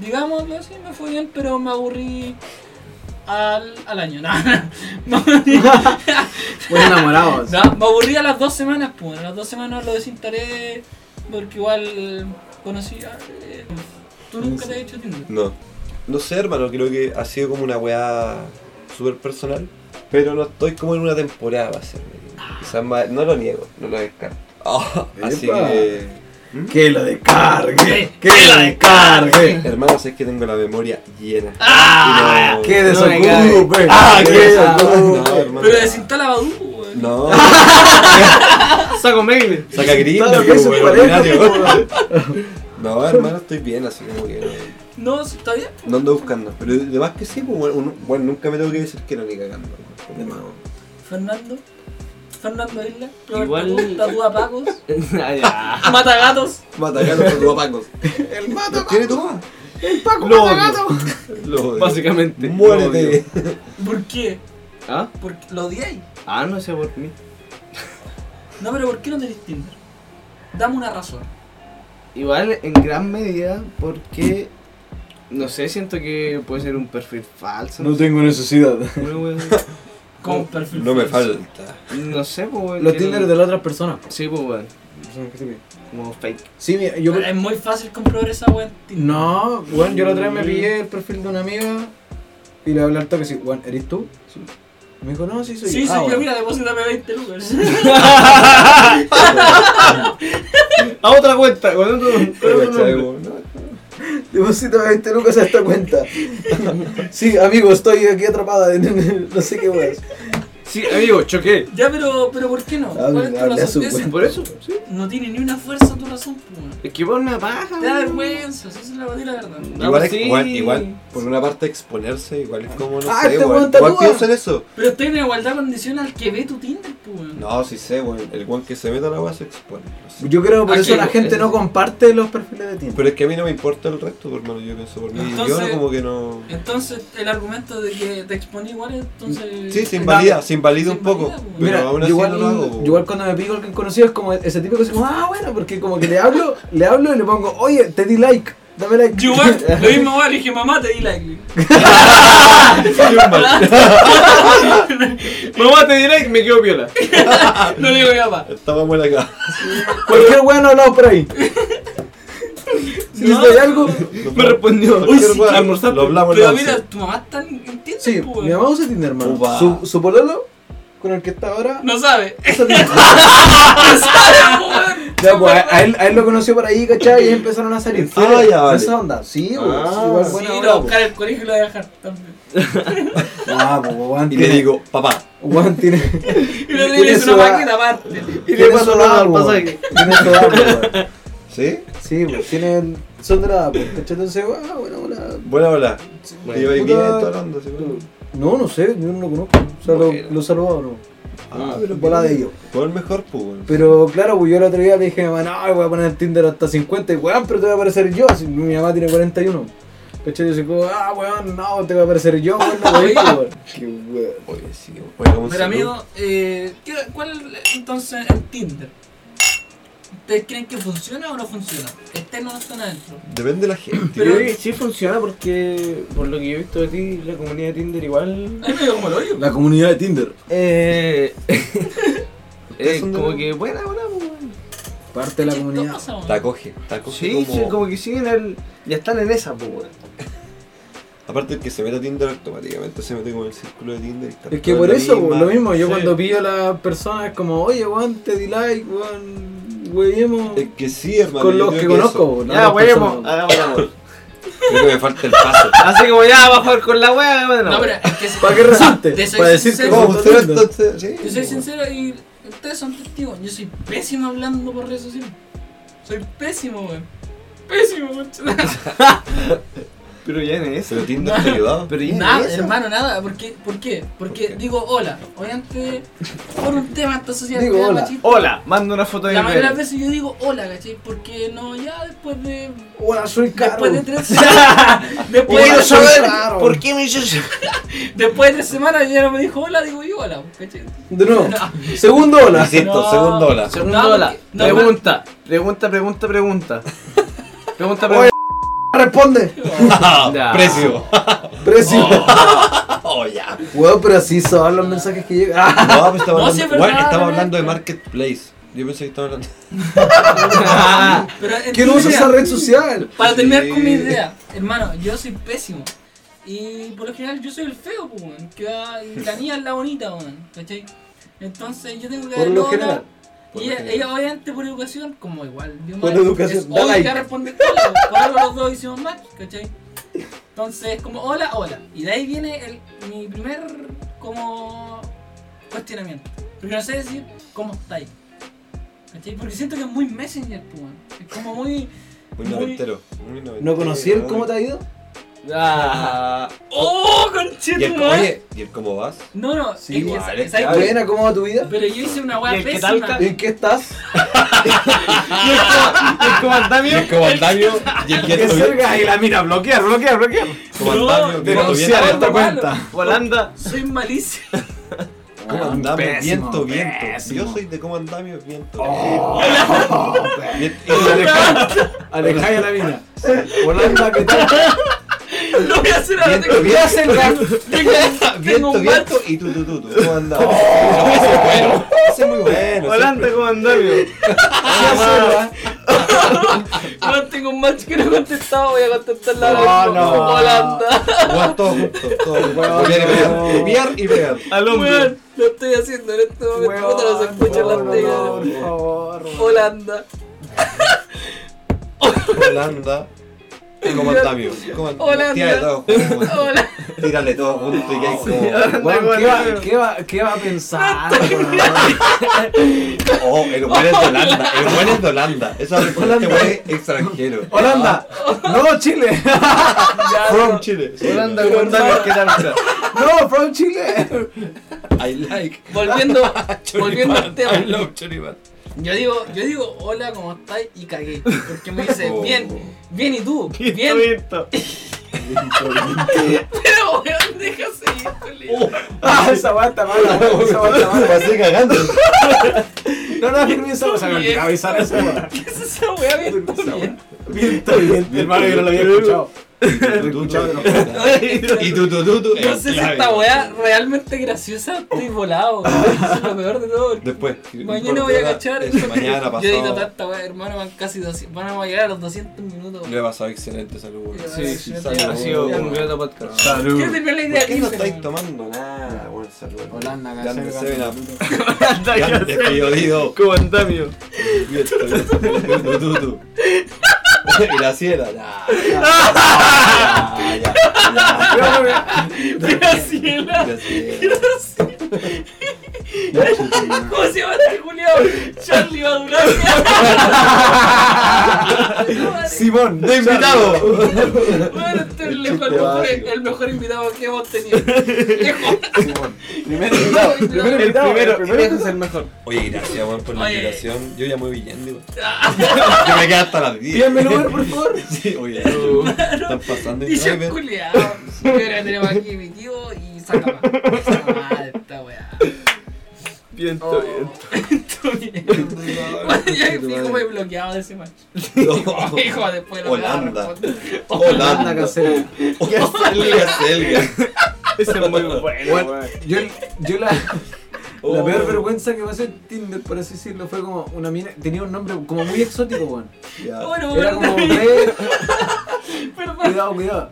[SPEAKER 4] Digámoslo así, me fue bien, pero me aburrí al, al año. No, no, me aburrí.
[SPEAKER 2] Buen enamorado.
[SPEAKER 4] No, me aburrí a las dos semanas, pues. A las dos semanas lo desintalé porque igual conocí a... eh, ¿Tú nunca te has hecho Tinder?
[SPEAKER 5] No. No sé, hermano, creo que ha sido como una weá súper personal. Pero no estoy como en una temporada, va a ser. Quizás más- no lo niego, no lo descarto. Ah, así
[SPEAKER 2] Epa.
[SPEAKER 5] que,
[SPEAKER 2] Que lo descargue, que lo
[SPEAKER 4] descargue.
[SPEAKER 2] descargue.
[SPEAKER 5] eh, hermano, sé que tengo la memoria llena. Y no-
[SPEAKER 2] Que
[SPEAKER 6] No me cae.
[SPEAKER 2] desocupe. Ah, que
[SPEAKER 5] No,
[SPEAKER 2] desocupe.
[SPEAKER 5] hermano.
[SPEAKER 4] Pero desinstala la Badoo, po, weón.
[SPEAKER 5] No,
[SPEAKER 6] Saco mail.
[SPEAKER 5] saca pues, grillo,
[SPEAKER 2] Ah, Todo lo que es pues, su pareja,
[SPEAKER 5] No, hermano, estoy bien, así como que no-
[SPEAKER 4] No, sí, está bien.
[SPEAKER 5] no ando buscando. Pero de más que sí, pues bueno, uno- bueno, nunca me tengo que decir que no ni cagando. De más.
[SPEAKER 4] Fernando. Fernando Isla. Roberto
[SPEAKER 6] Igual-
[SPEAKER 4] Cook, Tatúa Pacos.
[SPEAKER 6] Ah, ya.
[SPEAKER 4] Mata gatos.
[SPEAKER 5] Matacano por los pacos. El mato. ¿Tiene tu mamá?
[SPEAKER 6] Lo odio.
[SPEAKER 5] Lo odio.
[SPEAKER 6] Básicamente. lo
[SPEAKER 5] Muérete.
[SPEAKER 6] odio.
[SPEAKER 4] ¿Por qué?
[SPEAKER 6] ¿Ah?
[SPEAKER 4] ¿Por qué? ¿Lo odiáis?
[SPEAKER 6] Ah, no sé por mí.
[SPEAKER 4] No, pero ¿por qué no tenés Tinder? Dame una razón.
[SPEAKER 6] Igual en gran medida porque no sé, siento que puede ser un perfil falso.
[SPEAKER 2] No tengo necesidad.
[SPEAKER 6] Una wea así.
[SPEAKER 4] Con perfil.
[SPEAKER 5] No me
[SPEAKER 4] falso.
[SPEAKER 5] falta.
[SPEAKER 6] No sé, pues weón,
[SPEAKER 2] Los
[SPEAKER 6] que
[SPEAKER 2] Tinder
[SPEAKER 6] no-
[SPEAKER 2] de la otra persona.
[SPEAKER 6] Sí, pues weón. Como fake.
[SPEAKER 2] Sí, mira, yo.
[SPEAKER 4] Es muy fácil comprobar esa wea en Tinder.
[SPEAKER 2] No, weón, yo la otra vez me pillé el perfil de una amiga y le hablé al toque así, Juan, ¿eres tú? Me dijo, no, sí soy
[SPEAKER 4] Sí,
[SPEAKER 2] yo.
[SPEAKER 4] sí,
[SPEAKER 2] Ah,
[SPEAKER 4] yo,
[SPEAKER 2] bueno.
[SPEAKER 4] mira, deposítame 20 lucas.
[SPEAKER 6] A otra cuenta, con otro, con otro
[SPEAKER 5] ¿Cachai,
[SPEAKER 6] nombre.
[SPEAKER 5] weón? No,
[SPEAKER 2] Deposita 20 lucas a esta cuenta. sí, amigo, estoy aquí atrapada en- en no sé qué weón.
[SPEAKER 6] Sí, amigo, choqué.
[SPEAKER 4] ya, pero, pero ¿por qué no? ¿Cuál es tu
[SPEAKER 2] Hable a su
[SPEAKER 4] razón? Esa-
[SPEAKER 2] cuenta.
[SPEAKER 6] Por eso, sí.
[SPEAKER 4] No tiene ni una fuerza tu razón, po, weón.
[SPEAKER 6] Es que por una paja.
[SPEAKER 4] Te da
[SPEAKER 6] weón.
[SPEAKER 4] vergüenza, si esa es la verdad, la verdad.
[SPEAKER 6] No,
[SPEAKER 5] Igual,
[SPEAKER 6] pues
[SPEAKER 5] es-
[SPEAKER 6] sí.
[SPEAKER 5] igual, igual, por una parte exponerse, igual es como no
[SPEAKER 2] Ah,
[SPEAKER 5] sé,
[SPEAKER 2] este
[SPEAKER 5] weón.
[SPEAKER 2] weón
[SPEAKER 5] Igual
[SPEAKER 2] tatúa.
[SPEAKER 5] pienso en eso.
[SPEAKER 4] Pero estoy en igualdad de condiciones al que ve tu Tinder, pues. weón.
[SPEAKER 5] No, sí sé, weón. El weón que se mete a la weá se expone. no sé.
[SPEAKER 2] Yo creo que por
[SPEAKER 4] Ah,
[SPEAKER 2] eso
[SPEAKER 4] sí,
[SPEAKER 2] la
[SPEAKER 4] pues,
[SPEAKER 2] gente
[SPEAKER 4] eso
[SPEAKER 2] no
[SPEAKER 4] sí.
[SPEAKER 2] comparte los perfiles de Tinder.
[SPEAKER 5] Pero es que a mí no me importa el resto, por hermano. Yo pienso por mí. yo
[SPEAKER 4] Entonces-
[SPEAKER 5] no, como que no.
[SPEAKER 4] Entonces, el argumento de que te exponí igual, entonces. eh,
[SPEAKER 5] Sí, se invalida, se invalida
[SPEAKER 4] se
[SPEAKER 5] un poco.
[SPEAKER 4] invalida, weón.
[SPEAKER 5] pero
[SPEAKER 2] Mira,
[SPEAKER 5] aún
[SPEAKER 2] yo
[SPEAKER 5] así
[SPEAKER 2] igual,
[SPEAKER 5] no lo hago. weón.
[SPEAKER 2] yo igual cuando me pico alguien conocido es como ese típico así como, ah, bueno, porque como que le hablo, le hablo y le pongo, oye, te di like, dame like.
[SPEAKER 4] Yo igual, lo mismo igual, le dije, mamá, te di like.
[SPEAKER 5] Soy un mal.
[SPEAKER 6] Mamá te dirá que me quedo piola.
[SPEAKER 4] Ah, No le digo a mi papá.
[SPEAKER 5] Estaba muerta acá.
[SPEAKER 2] Cualquier weón hablado por ahí. Si
[SPEAKER 4] No.
[SPEAKER 2] les doy algo.
[SPEAKER 6] Me respondió.
[SPEAKER 5] Cualquier
[SPEAKER 6] Uy, sí,
[SPEAKER 5] weón,
[SPEAKER 6] almorzaste.
[SPEAKER 5] Lo hablamos
[SPEAKER 4] Pero
[SPEAKER 5] en la
[SPEAKER 4] mira,
[SPEAKER 5] once.
[SPEAKER 4] tu mamá está en en Tinder,
[SPEAKER 2] Sí,
[SPEAKER 4] pues,
[SPEAKER 2] mi mamá usa Tinder, hermano.
[SPEAKER 5] Upa.
[SPEAKER 2] Su, su pololo, con el que está ahora,
[SPEAKER 4] No sabe.
[SPEAKER 2] usa Tinder.
[SPEAKER 4] sabe,
[SPEAKER 2] Ya, pues, a, a él, a él lo conoció por ahí, ¿cachai? Y empezaron a salir.
[SPEAKER 5] Ah,
[SPEAKER 2] Sí,
[SPEAKER 5] ya, vale.
[SPEAKER 2] Esa onda. Sí, weón.
[SPEAKER 5] Ah,
[SPEAKER 2] sí, igual
[SPEAKER 4] Sí,
[SPEAKER 2] buena
[SPEAKER 4] lo
[SPEAKER 2] onda,
[SPEAKER 4] va a buscar el colegio y lo va a dejar también.
[SPEAKER 2] pues. Ah, pues, weón.
[SPEAKER 5] Y le
[SPEAKER 2] tiene-
[SPEAKER 5] digo, papá,
[SPEAKER 2] Weón tiene.
[SPEAKER 4] Y lo
[SPEAKER 2] Tiene
[SPEAKER 4] tiene es
[SPEAKER 2] su
[SPEAKER 4] una
[SPEAKER 2] edad.
[SPEAKER 4] máquina aparte.
[SPEAKER 6] Y
[SPEAKER 2] tiene
[SPEAKER 6] le paso
[SPEAKER 2] su
[SPEAKER 6] la
[SPEAKER 2] edad,
[SPEAKER 6] al
[SPEAKER 2] weón.
[SPEAKER 6] pasaje.
[SPEAKER 2] Tiene su edad, pues, weón.
[SPEAKER 5] ¿sí?
[SPEAKER 2] Sí, pues tienen. Son de la edad, pues, ¿cachai? Entonces, ah, bueno, hola.
[SPEAKER 5] Buena hola.
[SPEAKER 6] Bueno,
[SPEAKER 5] y bien,
[SPEAKER 2] puta-
[SPEAKER 5] toda la onda, sí, weón.
[SPEAKER 2] No, no sé, yo no lo conozco. O sea,
[SPEAKER 5] Bueno.
[SPEAKER 2] lo, lo saludaba o no.
[SPEAKER 5] Ah,
[SPEAKER 2] Bola de ellos.
[SPEAKER 5] Fue el mejor, pues, weón.
[SPEAKER 2] Pero claro, pues yo el otro día le dije a mi mamá, no, voy a poner el Tinder hasta 50, y weón, pero te voy a aparecer yo. Si mi mamá tiene 41. ¿Cachai? Yo soy como, ah, weón, no, te voy a aparecer yo, weón, no voy a ir, weón. Qué weón.
[SPEAKER 5] Oye, sí, weón. Oye, como un
[SPEAKER 4] Pero
[SPEAKER 5] saludo.
[SPEAKER 4] amigo, eh, ¿qué- ¿cuál es entonces el Tinder? ¿Ustedes creen que funciona o no funciona? Estén o no están adentro.
[SPEAKER 5] Depende de la gente.
[SPEAKER 6] Pero
[SPEAKER 4] Pero-
[SPEAKER 6] creo que sí funciona porque, por lo que yo he visto de ti, la comunidad de Tinder igual.
[SPEAKER 4] Ahí me dio como el hoyo.
[SPEAKER 2] La comunidad de Tinder.
[SPEAKER 6] Eh. eh,
[SPEAKER 5] son de-
[SPEAKER 6] como que buena, buena, pues, weón.
[SPEAKER 2] Parte de la comunidad.
[SPEAKER 4] Chistosa, weón.
[SPEAKER 5] Te acoge, te acoge
[SPEAKER 6] Sí,
[SPEAKER 5] como...
[SPEAKER 6] sí, como que siguen al. Ya están en esa, pues, weón.
[SPEAKER 5] Aparte el que se mete a Tinder automáticamente se mete como en el círculo de Tinder. y está
[SPEAKER 2] Es que
[SPEAKER 5] todo
[SPEAKER 2] por
[SPEAKER 5] en la
[SPEAKER 2] eso,
[SPEAKER 5] misma.
[SPEAKER 2] pues, lo mismo, yo
[SPEAKER 6] Sí.
[SPEAKER 2] cuando pillo a las personas es como, oye, weón, te di like, weón, weyemos
[SPEAKER 5] Es que sí, hermano.
[SPEAKER 2] con
[SPEAKER 5] yo
[SPEAKER 2] los
[SPEAKER 5] creo
[SPEAKER 2] que
[SPEAKER 5] eso.
[SPEAKER 2] conozco, weón.
[SPEAKER 6] Ya, weón, hagamos el amor.
[SPEAKER 5] Creo que me falta el paso.
[SPEAKER 6] Así como ya, va a jugar con la wea, hagamos el
[SPEAKER 4] No,
[SPEAKER 6] amor.
[SPEAKER 4] pero es que se-
[SPEAKER 2] ¿Para qué
[SPEAKER 4] Te
[SPEAKER 2] resalte?
[SPEAKER 4] soy
[SPEAKER 2] Para decir que
[SPEAKER 4] sincero.
[SPEAKER 5] ¿Cómo
[SPEAKER 2] no
[SPEAKER 5] funciona
[SPEAKER 2] estás viendo.
[SPEAKER 5] entonces? Sí,
[SPEAKER 4] Yo soy
[SPEAKER 5] pues,
[SPEAKER 4] sincero y ustedes son testigos. Yo soy pésimo hablando por redes sociales. Soy pésimo, weón. Pésimo, weón.
[SPEAKER 6] Pero ya en eso.
[SPEAKER 5] Pero Tinder te ha ayudado.
[SPEAKER 6] Pero ya en
[SPEAKER 4] Nada,
[SPEAKER 6] eso.
[SPEAKER 4] hermano, nada. ¿Por qué? ¿Por qué? Porque
[SPEAKER 5] ¿Por qué?
[SPEAKER 4] digo hola. Obviamente, por un tema de esta sociedad
[SPEAKER 2] Digo
[SPEAKER 4] que es
[SPEAKER 2] hola.
[SPEAKER 4] machista,
[SPEAKER 6] Hola, mando una foto de
[SPEAKER 4] La
[SPEAKER 6] mi
[SPEAKER 4] mayoría de
[SPEAKER 6] pene.
[SPEAKER 4] las veces yo digo hola, ¿cachai? Porque no, ya después de.
[SPEAKER 2] Hola, soy Caro.
[SPEAKER 4] Después de tres semanas. después,
[SPEAKER 2] Hola,
[SPEAKER 4] de,
[SPEAKER 2] soy Caro.
[SPEAKER 6] ¿Por qué me dices
[SPEAKER 4] después de tres semanas ya no me dijo hola, digo yo hola, ¿cachai?
[SPEAKER 2] De nuevo.
[SPEAKER 4] No.
[SPEAKER 2] Segundo hola.
[SPEAKER 5] Insisto,
[SPEAKER 4] No.
[SPEAKER 5] segundo hola.
[SPEAKER 6] Segundo
[SPEAKER 4] No,
[SPEAKER 6] hola.
[SPEAKER 4] porque- no,
[SPEAKER 6] pregunta, pregunta, pregunta, pregunta. Pregunta,
[SPEAKER 2] Oye,
[SPEAKER 6] pregunta.
[SPEAKER 2] responde.
[SPEAKER 6] Ya.
[SPEAKER 5] Ah, Precio.
[SPEAKER 2] Precio.
[SPEAKER 5] Oh, ya.
[SPEAKER 2] Weón, pero así son los mensajes que llegan. Ah,
[SPEAKER 5] No, pues estamos
[SPEAKER 4] No,
[SPEAKER 5] hablando,
[SPEAKER 4] sí, es
[SPEAKER 5] bueno,
[SPEAKER 4] verdad,
[SPEAKER 5] estamos
[SPEAKER 4] verdad.
[SPEAKER 5] hablando de marketplace. Yo pensé que estaba hablando.
[SPEAKER 1] Ah.
[SPEAKER 4] Pero en
[SPEAKER 2] ¿Quién
[SPEAKER 4] tu
[SPEAKER 2] usa
[SPEAKER 4] idea,
[SPEAKER 2] esa red social?
[SPEAKER 4] Para terminar con mi
[SPEAKER 5] Sí.
[SPEAKER 4] idea, hermano, yo soy pésimo. Y por lo general yo soy el feo, pues, weón. Que va- y la niña es la bonita, weón. ¿Cachai? Entonces yo tengo que
[SPEAKER 2] Por
[SPEAKER 4] darle
[SPEAKER 2] lo
[SPEAKER 4] otra.
[SPEAKER 2] general.
[SPEAKER 5] Por
[SPEAKER 4] Y
[SPEAKER 5] lo
[SPEAKER 4] ella,
[SPEAKER 5] general.
[SPEAKER 4] ella obviamente por educación, como igual, dio
[SPEAKER 2] Por
[SPEAKER 4] match,
[SPEAKER 2] educación,
[SPEAKER 4] es
[SPEAKER 2] da
[SPEAKER 4] obvio
[SPEAKER 2] like.
[SPEAKER 4] que va a responder hola, weón. por algo los dos hicimos match, ¿cachai? Entonces, como hola, hola. Y de ahí viene el, mi primer como cuestionamiento. Porque no sé decir cómo estáis. ¿Cachai? Porque siento que es muy messenger, pues, weón. Es como muy.
[SPEAKER 5] Muy
[SPEAKER 4] Muy-
[SPEAKER 5] noventero. Muy noventero.
[SPEAKER 2] ¿No conocían cómo te ha ido?
[SPEAKER 5] Ah.
[SPEAKER 4] ¡Oh,
[SPEAKER 5] Y el,
[SPEAKER 4] conchito, weón!
[SPEAKER 5] oye, ¿y el cómo vas?
[SPEAKER 4] No, no,
[SPEAKER 2] Sí,
[SPEAKER 4] es que,
[SPEAKER 5] igual,
[SPEAKER 4] ¿sabes
[SPEAKER 5] es
[SPEAKER 4] qué?
[SPEAKER 5] clave.
[SPEAKER 2] Buena, ¿cómo va tu vida?
[SPEAKER 4] Pero yo hice una weá
[SPEAKER 1] ¿Y el que
[SPEAKER 4] pésima.
[SPEAKER 1] talca?
[SPEAKER 2] ¿En qué estás?
[SPEAKER 5] ¿Y el comandamio? ¿Y el que estoy?
[SPEAKER 2] y la mira, bloquear, bloquear, bloquear.
[SPEAKER 5] Comandamio,
[SPEAKER 4] No,
[SPEAKER 5] viento,
[SPEAKER 4] no,
[SPEAKER 5] viento.
[SPEAKER 2] Denunciar
[SPEAKER 4] algo
[SPEAKER 2] esta
[SPEAKER 4] malo.
[SPEAKER 2] cuenta.
[SPEAKER 1] Volanda.
[SPEAKER 4] Soy malísimo.
[SPEAKER 5] Comandamio,
[SPEAKER 2] Pésimo,
[SPEAKER 5] viento, viento.
[SPEAKER 2] pésimo. Oh,
[SPEAKER 5] Yo soy de comandamio, viento.
[SPEAKER 2] Alejá y a la mina. Volanda, ¿qué tal?
[SPEAKER 4] Lo voy a hacer ahora.
[SPEAKER 5] Viento,
[SPEAKER 4] Tengo,
[SPEAKER 5] viento.
[SPEAKER 4] tengo, tengo
[SPEAKER 5] Viento,
[SPEAKER 4] un gato.
[SPEAKER 5] viento y tú, tú, tú, tú. ¿Cómo andás?
[SPEAKER 2] Oh.
[SPEAKER 5] Ese es bueno. Ese es muy bueno.
[SPEAKER 6] Volante
[SPEAKER 5] siempre.
[SPEAKER 6] comandamio.
[SPEAKER 2] Ah,
[SPEAKER 1] Ah,
[SPEAKER 4] Weón, tengo un match que no he contestado. Voy a contestar la
[SPEAKER 2] No,
[SPEAKER 4] vez.
[SPEAKER 2] no.
[SPEAKER 4] Holanda.
[SPEAKER 5] Jugar todo junto. Todo junto.
[SPEAKER 2] Bueno,
[SPEAKER 5] Pelear y pelear.
[SPEAKER 2] no.
[SPEAKER 5] Pelear y pelear.
[SPEAKER 1] Al hombro.
[SPEAKER 4] Weón, lo estoy haciendo en este momento. Puta, no se escucha en
[SPEAKER 2] Weón,
[SPEAKER 4] las
[SPEAKER 2] no,
[SPEAKER 4] tegas.
[SPEAKER 2] Por favor. weón.
[SPEAKER 4] Holanda.
[SPEAKER 5] Holanda. Comandamio. Comandamio.
[SPEAKER 4] Holanda.
[SPEAKER 5] Tírale todo junto.
[SPEAKER 4] Hola.
[SPEAKER 5] Tírale todo junto y que hay como.
[SPEAKER 2] Weón, ¿qué va- ¿Qué va- qué va a pensar? weón?
[SPEAKER 5] Oh, el buen es de Holanda. El buen es de Holanda. Eso es este buen es extranjero.
[SPEAKER 2] Holanda. No, Chile.
[SPEAKER 5] From Chile. Sí,
[SPEAKER 2] Holanda,
[SPEAKER 5] bueno.
[SPEAKER 2] Holanda.
[SPEAKER 5] ¿Qué tal? mira?
[SPEAKER 2] No, from Chile.
[SPEAKER 5] I like.
[SPEAKER 4] Volviendo, volviendo al tema.
[SPEAKER 5] I love Choripan.
[SPEAKER 4] Yo digo, yo digo, hola, ¿cómo estáis? Y cagué. Porque me dice,
[SPEAKER 5] Oh.
[SPEAKER 4] bien, bien, ¿y tú? Bien.
[SPEAKER 6] Visto, visto.
[SPEAKER 4] Pero, weón, deja seguir con la idea.
[SPEAKER 2] Ah, esa weá está mala. weón, Esa weá está mala.
[SPEAKER 5] Pasé cagando.
[SPEAKER 2] No, no, firme esa weá. O sea, me olvidaba avisar esa weá.
[SPEAKER 4] ¿Qué es esa weá? Viento, bien.
[SPEAKER 2] Viento, viento. Hermano, yo no lo había escuchado.
[SPEAKER 5] Tú, tú, tú.
[SPEAKER 4] Oye, es que-
[SPEAKER 5] Y tú, tú, tú, tú.
[SPEAKER 4] No sé si
[SPEAKER 5] Clave.
[SPEAKER 4] esta weá realmente graciosa, estoy volado. weón. Eso es lo peor de todo.
[SPEAKER 5] Después.
[SPEAKER 4] Mañana voy a cachar.
[SPEAKER 5] Eso, Mañana
[SPEAKER 4] Yo he editado
[SPEAKER 5] pasado.
[SPEAKER 4] tanta weá, hermano, van casi 200, van a llegar a los 200 minutos.
[SPEAKER 5] Lo he pasado excelente, saludos.
[SPEAKER 4] Sí,
[SPEAKER 1] sí,
[SPEAKER 5] Saludos.
[SPEAKER 1] Ha sido
[SPEAKER 4] Ya.
[SPEAKER 1] un grato podcast.
[SPEAKER 4] Quiero terminar la idea
[SPEAKER 5] ¿Por qué no
[SPEAKER 4] aquí,
[SPEAKER 5] estáis
[SPEAKER 4] pero-
[SPEAKER 5] tomando nada? Bueno, saludos.
[SPEAKER 7] Holanda,
[SPEAKER 5] Grande
[SPEAKER 7] Gazzetta.
[SPEAKER 5] Seven Up.
[SPEAKER 1] Volanda, ¿qué
[SPEAKER 5] Grande
[SPEAKER 1] haces?
[SPEAKER 5] Piolino.
[SPEAKER 1] Comandamio.
[SPEAKER 5] Viento, viento. Tú, tú, tú. Y la sierra. Ya, ya, ya, ya.
[SPEAKER 4] Graciela,
[SPEAKER 5] La sierra.
[SPEAKER 4] Graciela. ¿Cómo se llama este culiao? Charlie Badurán.
[SPEAKER 2] Simón,
[SPEAKER 5] ¡No invitado!
[SPEAKER 4] Bueno, este es el
[SPEAKER 5] chiste
[SPEAKER 4] mejor-
[SPEAKER 5] básico.
[SPEAKER 4] el mejor invitado que hemos tenido. Lejos.
[SPEAKER 2] Primero invitado. Primero
[SPEAKER 6] El
[SPEAKER 2] invitado.
[SPEAKER 6] primero,
[SPEAKER 2] el primero.
[SPEAKER 6] este es el mejor.
[SPEAKER 5] Oye, gracias, Juan, por la
[SPEAKER 4] Oye.
[SPEAKER 5] invitación. Yo ya me voy yendo. igual. Yo me quedé hasta las 10.
[SPEAKER 2] Pídame el Uber, por favor.
[SPEAKER 5] Sí, oye, están pasando en
[SPEAKER 4] Y yo
[SPEAKER 5] driver.
[SPEAKER 4] culiao. Y ahora tenemos aquí mi tío y saca más. Esa madre, esta weá.
[SPEAKER 1] Viento,
[SPEAKER 4] Oh.
[SPEAKER 1] viento.
[SPEAKER 4] Esto bien. Bueno, yo fijo me bloqueado de ese match.
[SPEAKER 2] Oh.
[SPEAKER 4] Hijo, después lo
[SPEAKER 5] Holanda.
[SPEAKER 2] Holanda,
[SPEAKER 5] Holanda,
[SPEAKER 2] casera.
[SPEAKER 5] Holanda, Selga.
[SPEAKER 1] Ese es muy bueno.
[SPEAKER 2] Bueno, yo, yo la, la
[SPEAKER 5] Oh.
[SPEAKER 2] peor vergüenza que me hace Tinder, por así decirlo, fue como una mina. Tenía un nombre como muy exótico, weón.
[SPEAKER 5] Ya.
[SPEAKER 4] Bueno,
[SPEAKER 2] Era como
[SPEAKER 4] Oh, perdón,
[SPEAKER 2] re.
[SPEAKER 4] perdón.
[SPEAKER 2] Cuidado, cuidado.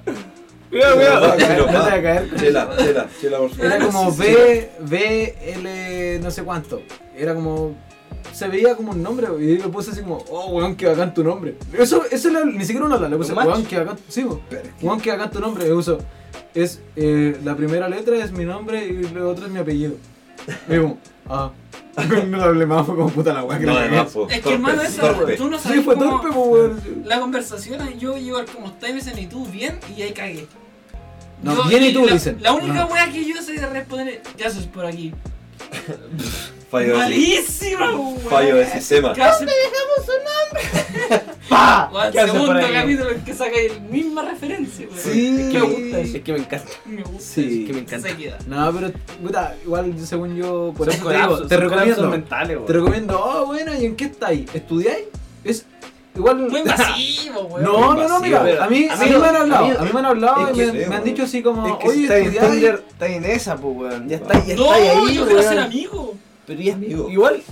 [SPEAKER 1] Cuidado, cuidado.
[SPEAKER 2] No te va a
[SPEAKER 5] Chelo,
[SPEAKER 2] caer, no te va
[SPEAKER 5] pa.
[SPEAKER 2] a caer.
[SPEAKER 5] Chela, chela, chela, por favor.
[SPEAKER 2] Era como B, B, L, no sé cuánto. Era como. Se veía como un nombre y yo le puse así como, oh weón, que bacán tu nombre. Eso, eso era- ni siquiera una habla, le puse,
[SPEAKER 1] ¿Un match?
[SPEAKER 2] weón, que bacán, sí, weón. weón, que bacán tu nombre. Le puso, es, eh, la primera letra es mi nombre y la otra es mi apellido. Y yo como, ah, no le hablé más, fue como puta la weá que
[SPEAKER 5] No,
[SPEAKER 2] la
[SPEAKER 5] además,
[SPEAKER 2] cagué.
[SPEAKER 5] po,
[SPEAKER 4] Es que
[SPEAKER 5] torpe,
[SPEAKER 4] hermano, eso,
[SPEAKER 5] torpe.
[SPEAKER 4] tú no
[SPEAKER 2] Sí,
[SPEAKER 4] sabes
[SPEAKER 2] fue
[SPEAKER 4] cómo
[SPEAKER 2] torpe, po, weón.
[SPEAKER 4] la conversación, yo igual como está y me dicen, ¿y tú bien? Y ahí cagué.
[SPEAKER 2] No,
[SPEAKER 4] Yo-
[SPEAKER 2] bien y tú,
[SPEAKER 4] la,
[SPEAKER 2] dicen.
[SPEAKER 4] La única
[SPEAKER 2] No.
[SPEAKER 4] weá que yo sé responder es, ¿qué haces por aquí?
[SPEAKER 5] Fallo de si-
[SPEAKER 4] Malísima, weón.
[SPEAKER 5] Fallo de sistema.
[SPEAKER 4] ¿Qué haces? Weón,
[SPEAKER 1] ¿Qué haces
[SPEAKER 4] segundo
[SPEAKER 1] por ahí?
[SPEAKER 4] capítulo en que saca el misma referencia, weón.
[SPEAKER 2] Sí.
[SPEAKER 4] Me gusta eso.
[SPEAKER 1] Es que me encanta.
[SPEAKER 4] Me gusta.
[SPEAKER 2] Sí.
[SPEAKER 1] Es que me encanta.
[SPEAKER 4] Se queda.
[SPEAKER 2] No, pero, puta, igual, según yo, por
[SPEAKER 1] Son
[SPEAKER 2] eso te digo,
[SPEAKER 1] colapsos,
[SPEAKER 2] te
[SPEAKER 1] son colapsos
[SPEAKER 2] recomiendo.
[SPEAKER 1] mentales, weón.
[SPEAKER 2] Te recomiendo, oh, bueno, ¿y en qué estáis? ¿Estudiáis? Es igual.
[SPEAKER 4] Muy masivo, weón.
[SPEAKER 2] No, no, no,
[SPEAKER 5] Vacío.
[SPEAKER 2] mira, a mí, a mí
[SPEAKER 6] Amigo,
[SPEAKER 2] me han hablado,
[SPEAKER 6] amigo,
[SPEAKER 2] a mí me han hablado
[SPEAKER 5] es
[SPEAKER 2] y
[SPEAKER 5] que-
[SPEAKER 2] me, me han dicho así como,
[SPEAKER 6] Es que si
[SPEAKER 2] oye,
[SPEAKER 6] estás en
[SPEAKER 2] estudiáis.
[SPEAKER 6] Tinder, estás en esa, pues, weón. Ya
[SPEAKER 5] No.
[SPEAKER 6] estás ya
[SPEAKER 4] No,
[SPEAKER 6] estás ahí,
[SPEAKER 4] yo quiero ser
[SPEAKER 6] weón.
[SPEAKER 4] amigo.
[SPEAKER 5] Pero y amigo.
[SPEAKER 1] Igual,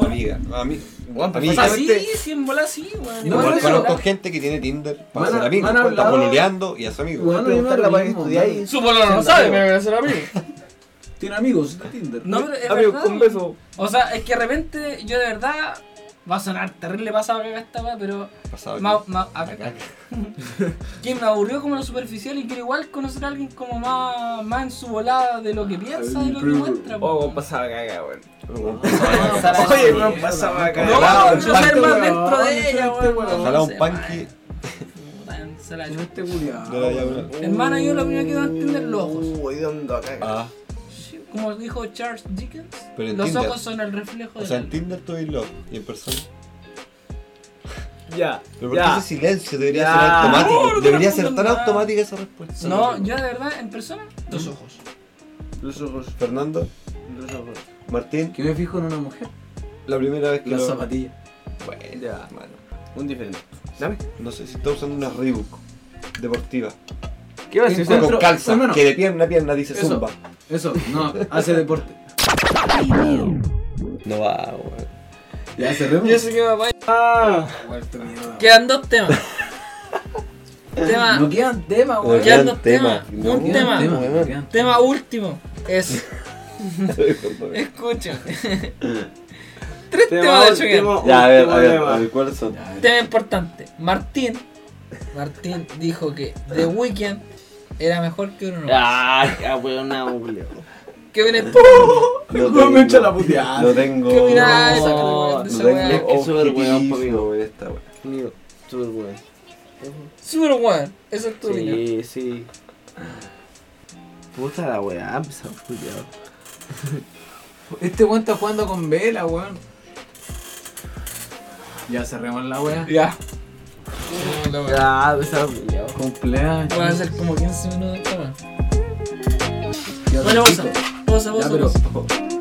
[SPEAKER 5] O amiga. Ami,
[SPEAKER 1] Juan,
[SPEAKER 4] O sea,
[SPEAKER 5] amiga.
[SPEAKER 4] Ah, sí,
[SPEAKER 1] Básicamente-
[SPEAKER 4] sí, en bola sí,
[SPEAKER 2] No,
[SPEAKER 4] weón. Igual
[SPEAKER 2] por
[SPEAKER 5] Igual
[SPEAKER 4] que
[SPEAKER 2] eso-
[SPEAKER 5] conozco
[SPEAKER 4] la-
[SPEAKER 5] gente que tiene Tinder para
[SPEAKER 2] Bueno,
[SPEAKER 5] ser amigos.
[SPEAKER 2] bueno,
[SPEAKER 5] Está
[SPEAKER 2] hablado-
[SPEAKER 5] pololeando y es amigo.
[SPEAKER 2] Bueno,
[SPEAKER 1] preguntar
[SPEAKER 2] yo
[SPEAKER 1] la
[SPEAKER 2] me
[SPEAKER 1] weá que
[SPEAKER 2] mismo,
[SPEAKER 1] estudiáis.
[SPEAKER 8] Su polo no lo sabe, me voy a hacer a mí.
[SPEAKER 2] Tiene amigos de Tinder.
[SPEAKER 4] No, pero es
[SPEAKER 8] Amigo,
[SPEAKER 4] verdad,
[SPEAKER 8] un beso.
[SPEAKER 4] O sea, es que de repente yo de verdad. Va a sonar terrible pasado que esta weá, pero.
[SPEAKER 5] Pasado
[SPEAKER 4] ma-
[SPEAKER 5] aquí.
[SPEAKER 4] ma- a- que me aburrió como lo superficial y quiero igual conocer a alguien como más, más en su volada de lo que piensa y lo que muestra.
[SPEAKER 8] Oh,
[SPEAKER 4] po.
[SPEAKER 8] con pasada caga, weón.
[SPEAKER 1] Oye, weón, pasaba acá.
[SPEAKER 4] No,
[SPEAKER 5] Ojalá
[SPEAKER 4] no
[SPEAKER 5] un
[SPEAKER 4] ser
[SPEAKER 5] pacto,
[SPEAKER 4] más
[SPEAKER 2] weón,
[SPEAKER 4] dentro de
[SPEAKER 2] no
[SPEAKER 4] ella,
[SPEAKER 2] sé,
[SPEAKER 4] weón.
[SPEAKER 2] weón.
[SPEAKER 5] Ojalá
[SPEAKER 4] no
[SPEAKER 5] un
[SPEAKER 4] sé,
[SPEAKER 5] panqui
[SPEAKER 4] weón. Se la
[SPEAKER 2] No
[SPEAKER 4] chupa.
[SPEAKER 2] este culiado.
[SPEAKER 5] de la diagonal.
[SPEAKER 4] Hermano, yo lo primero que quiero entender los ojos.
[SPEAKER 1] Uy, de hondo acá.
[SPEAKER 5] Ah,
[SPEAKER 4] Como dijo Charles Dickens,
[SPEAKER 5] Pero en
[SPEAKER 4] los
[SPEAKER 5] Tinder.
[SPEAKER 4] ojos son el reflejo
[SPEAKER 5] o
[SPEAKER 4] de
[SPEAKER 5] sea,
[SPEAKER 4] la
[SPEAKER 5] en Tinder tú lo y en persona.
[SPEAKER 8] Ya,
[SPEAKER 5] Pero ¿por qué
[SPEAKER 8] ya.
[SPEAKER 5] ese silencio debería
[SPEAKER 8] Ya.
[SPEAKER 5] ser automático?
[SPEAKER 4] No, no te
[SPEAKER 5] debería
[SPEAKER 4] respondo
[SPEAKER 5] ser tan
[SPEAKER 4] nada.
[SPEAKER 5] automática esa respuesta.
[SPEAKER 4] No, yo de verdad, en persona, los ojos.
[SPEAKER 1] Los ojos,
[SPEAKER 5] Fernando,
[SPEAKER 1] los ojos.
[SPEAKER 5] Martín,
[SPEAKER 2] Que me fijo en una mujer.
[SPEAKER 5] la primera vez que
[SPEAKER 2] Las
[SPEAKER 5] lo-
[SPEAKER 2] zapatillas.
[SPEAKER 5] Bueno,
[SPEAKER 1] Ya.
[SPEAKER 5] hermano.
[SPEAKER 1] Un diferente. ¿Dame?
[SPEAKER 5] No sé si está usando una Reebok deportiva.
[SPEAKER 8] ¿Qué va a decir?
[SPEAKER 2] Encuentro-
[SPEAKER 5] Con calza,
[SPEAKER 2] Hermano,
[SPEAKER 5] que de pierna a pierna dice
[SPEAKER 2] Eso.
[SPEAKER 5] zumba.
[SPEAKER 2] Eso, no, hace deporte.
[SPEAKER 5] No va, weón.
[SPEAKER 2] Ya cerremos.
[SPEAKER 8] Yo sé que me va a
[SPEAKER 2] Cuarto mierda.
[SPEAKER 4] Quedan dos temas. tema,
[SPEAKER 2] No quedan temas,
[SPEAKER 5] No
[SPEAKER 2] weón.
[SPEAKER 4] quedan
[SPEAKER 5] quedan
[SPEAKER 4] dos temas.
[SPEAKER 5] temas. No
[SPEAKER 4] un
[SPEAKER 2] quedan
[SPEAKER 4] tema.
[SPEAKER 2] temas,
[SPEAKER 5] weón.
[SPEAKER 2] quedan-
[SPEAKER 4] Tema último es, escucha, tres temas de Chuguel.
[SPEAKER 1] último,
[SPEAKER 5] Ya, a ver,
[SPEAKER 1] último
[SPEAKER 5] a ver,
[SPEAKER 1] tema.
[SPEAKER 5] a ver, ¿cuáles son?
[SPEAKER 4] Tema importante. Martín, Martín dijo que The Weeknd era mejor que uno.
[SPEAKER 1] Ah, ya, weón, no, weón.
[SPEAKER 4] ¿Qué opinas tú?
[SPEAKER 5] No
[SPEAKER 2] Weón, me
[SPEAKER 5] tengo-
[SPEAKER 2] echa la puteada.
[SPEAKER 5] No tengo.
[SPEAKER 4] ¿Qué opinas de esa,
[SPEAKER 5] No
[SPEAKER 4] de esa
[SPEAKER 5] tengo
[SPEAKER 4] weá?
[SPEAKER 1] Es que súper weón, pa' mí,
[SPEAKER 5] objetivismo en esta weá.
[SPEAKER 1] Mío, súper weón.
[SPEAKER 4] Super One, eso es tu opinión.
[SPEAKER 1] Sí, sí. Puta la weá, empezamos culiado.
[SPEAKER 2] Este weón está jugando con vela, weón. Ya cerremos la weá.
[SPEAKER 4] Ya.
[SPEAKER 1] Ya, empezamos culiado.
[SPEAKER 2] Cumpleaños.
[SPEAKER 4] Van a ser como 15 minutos de esta weá.
[SPEAKER 2] Ya,
[SPEAKER 4] Bueno, pausa,
[SPEAKER 2] repito. Ya,
[SPEAKER 4] pausa, pausa,
[SPEAKER 2] pero.
[SPEAKER 4] pausa.